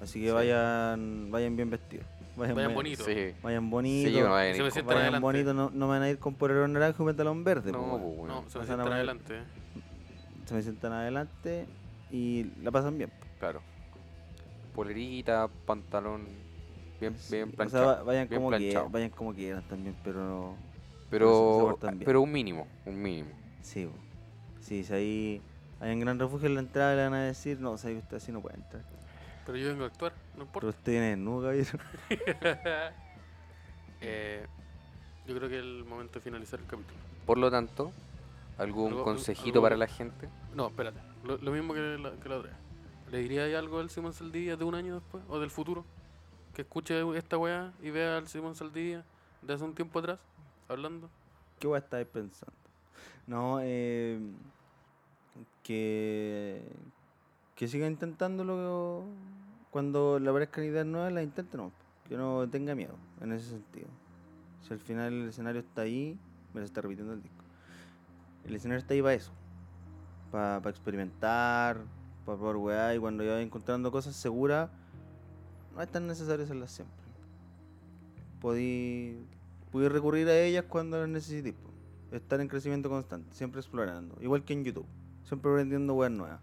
Speaker 2: Así que
Speaker 3: Sí.
Speaker 2: vayan vayan bien vestidos. Vayan,
Speaker 4: Vayan
Speaker 2: bonito.
Speaker 4: bonitos.
Speaker 3: Sí.
Speaker 2: Vayan
Speaker 3: Sí,
Speaker 2: bonitos.
Speaker 3: no vayan
Speaker 4: Se me
Speaker 3: en
Speaker 4: sientan
Speaker 2: Vayan
Speaker 4: adelante.
Speaker 2: bonitos, pues, no, no me van a ir con polerón naranja y pantalón verde.
Speaker 3: No,
Speaker 2: po, weón.
Speaker 3: pues, weón.
Speaker 4: No,
Speaker 2: Pasan
Speaker 4: se
Speaker 2: a
Speaker 4: me sientan
Speaker 2: poner-
Speaker 4: adelante. eh.
Speaker 2: se me sientan adelante y la pasan bien.
Speaker 3: Claro. Polerita, pantalón, bien,
Speaker 2: Sí,
Speaker 3: bien
Speaker 2: o sea,
Speaker 3: planchado.
Speaker 2: va- vayan,
Speaker 3: bien
Speaker 2: como
Speaker 3: planchado.
Speaker 2: quieran, vayan como quieran también, pero no- se
Speaker 3: pero,
Speaker 2: portan bien.
Speaker 3: pero un mínimo, un mínimo.
Speaker 2: sí, po. sí, si ahí hay un gran refugio en la entrada le van a decir, no, sabe usted así no puede entrar.
Speaker 4: Pero yo vengo a actuar. No
Speaker 2: Pero
Speaker 4: importa.
Speaker 2: usted tiene desnudo, caballero.
Speaker 4: *laughs* Eh, yo creo que es el momento de finalizar el capítulo.
Speaker 3: Por lo tanto, algún
Speaker 4: Algo-
Speaker 3: consejito
Speaker 4: algo-
Speaker 3: para la gente.
Speaker 4: No, espérate. Lo, lo mismo que la, que la otra vez. ¿Le diría ahí algo al Simón Saldivia de un año después? ¿O del futuro? Que escuche esta weá y vea al Simón Saldivia de hace un tiempo atrás hablando.
Speaker 2: ¿Qué voy a estar pensando? No, eh, que, que siga intentándolo cuando le aparezcan ideas nuevas, las intente no, que no tenga miedo en ese sentido. Si al final el escenario está ahí, me lo está repitiendo el disco. El escenario está ahí para eso, para experimentar, para probar weá, y cuando ya vaya encontrando cosas seguras, no es tan necesario hacerlas siempre. Podí Pude recurrir a ellas cuando las necesité. po. Estar en crecimiento constante, siempre explorando. Igual que en YouTube, siempre aprendiendo weas nuevas.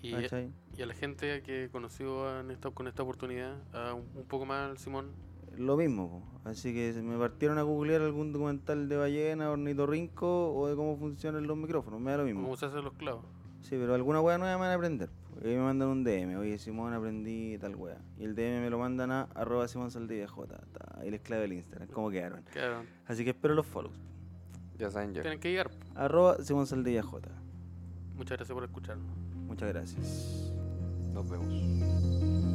Speaker 4: Y,
Speaker 2: ¿cachai?
Speaker 4: y a la gente que conoció en esta, con esta oportunidad, a un, un poco más al Simón.
Speaker 2: Lo mismo, po. así que si me partieron a googlear algún documental de ballena, ornitorrinco o de cómo funcionan los micrófonos, me da lo
Speaker 4: ¿Cómo
Speaker 2: mismo.
Speaker 4: se hacen los clavos?
Speaker 2: Sí, pero alguna wea nueva me van a aprender. po. Y ahí me mandan un DM, oye Simón, aprendí tal wea. Y el DM me lo mandan a arroba Simón Saldivia J. ta. Ahí les clave el Instagram, cómo quedaron.
Speaker 4: Claro,
Speaker 2: Así que espero los follows.
Speaker 3: Ya saben, ya.
Speaker 4: tienen que llegar.
Speaker 2: Arroba Simón Saldivia J.
Speaker 4: Muchas gracias por escucharnos.
Speaker 2: Muchas gracias.
Speaker 3: Nos vemos.
Speaker 2: Chao.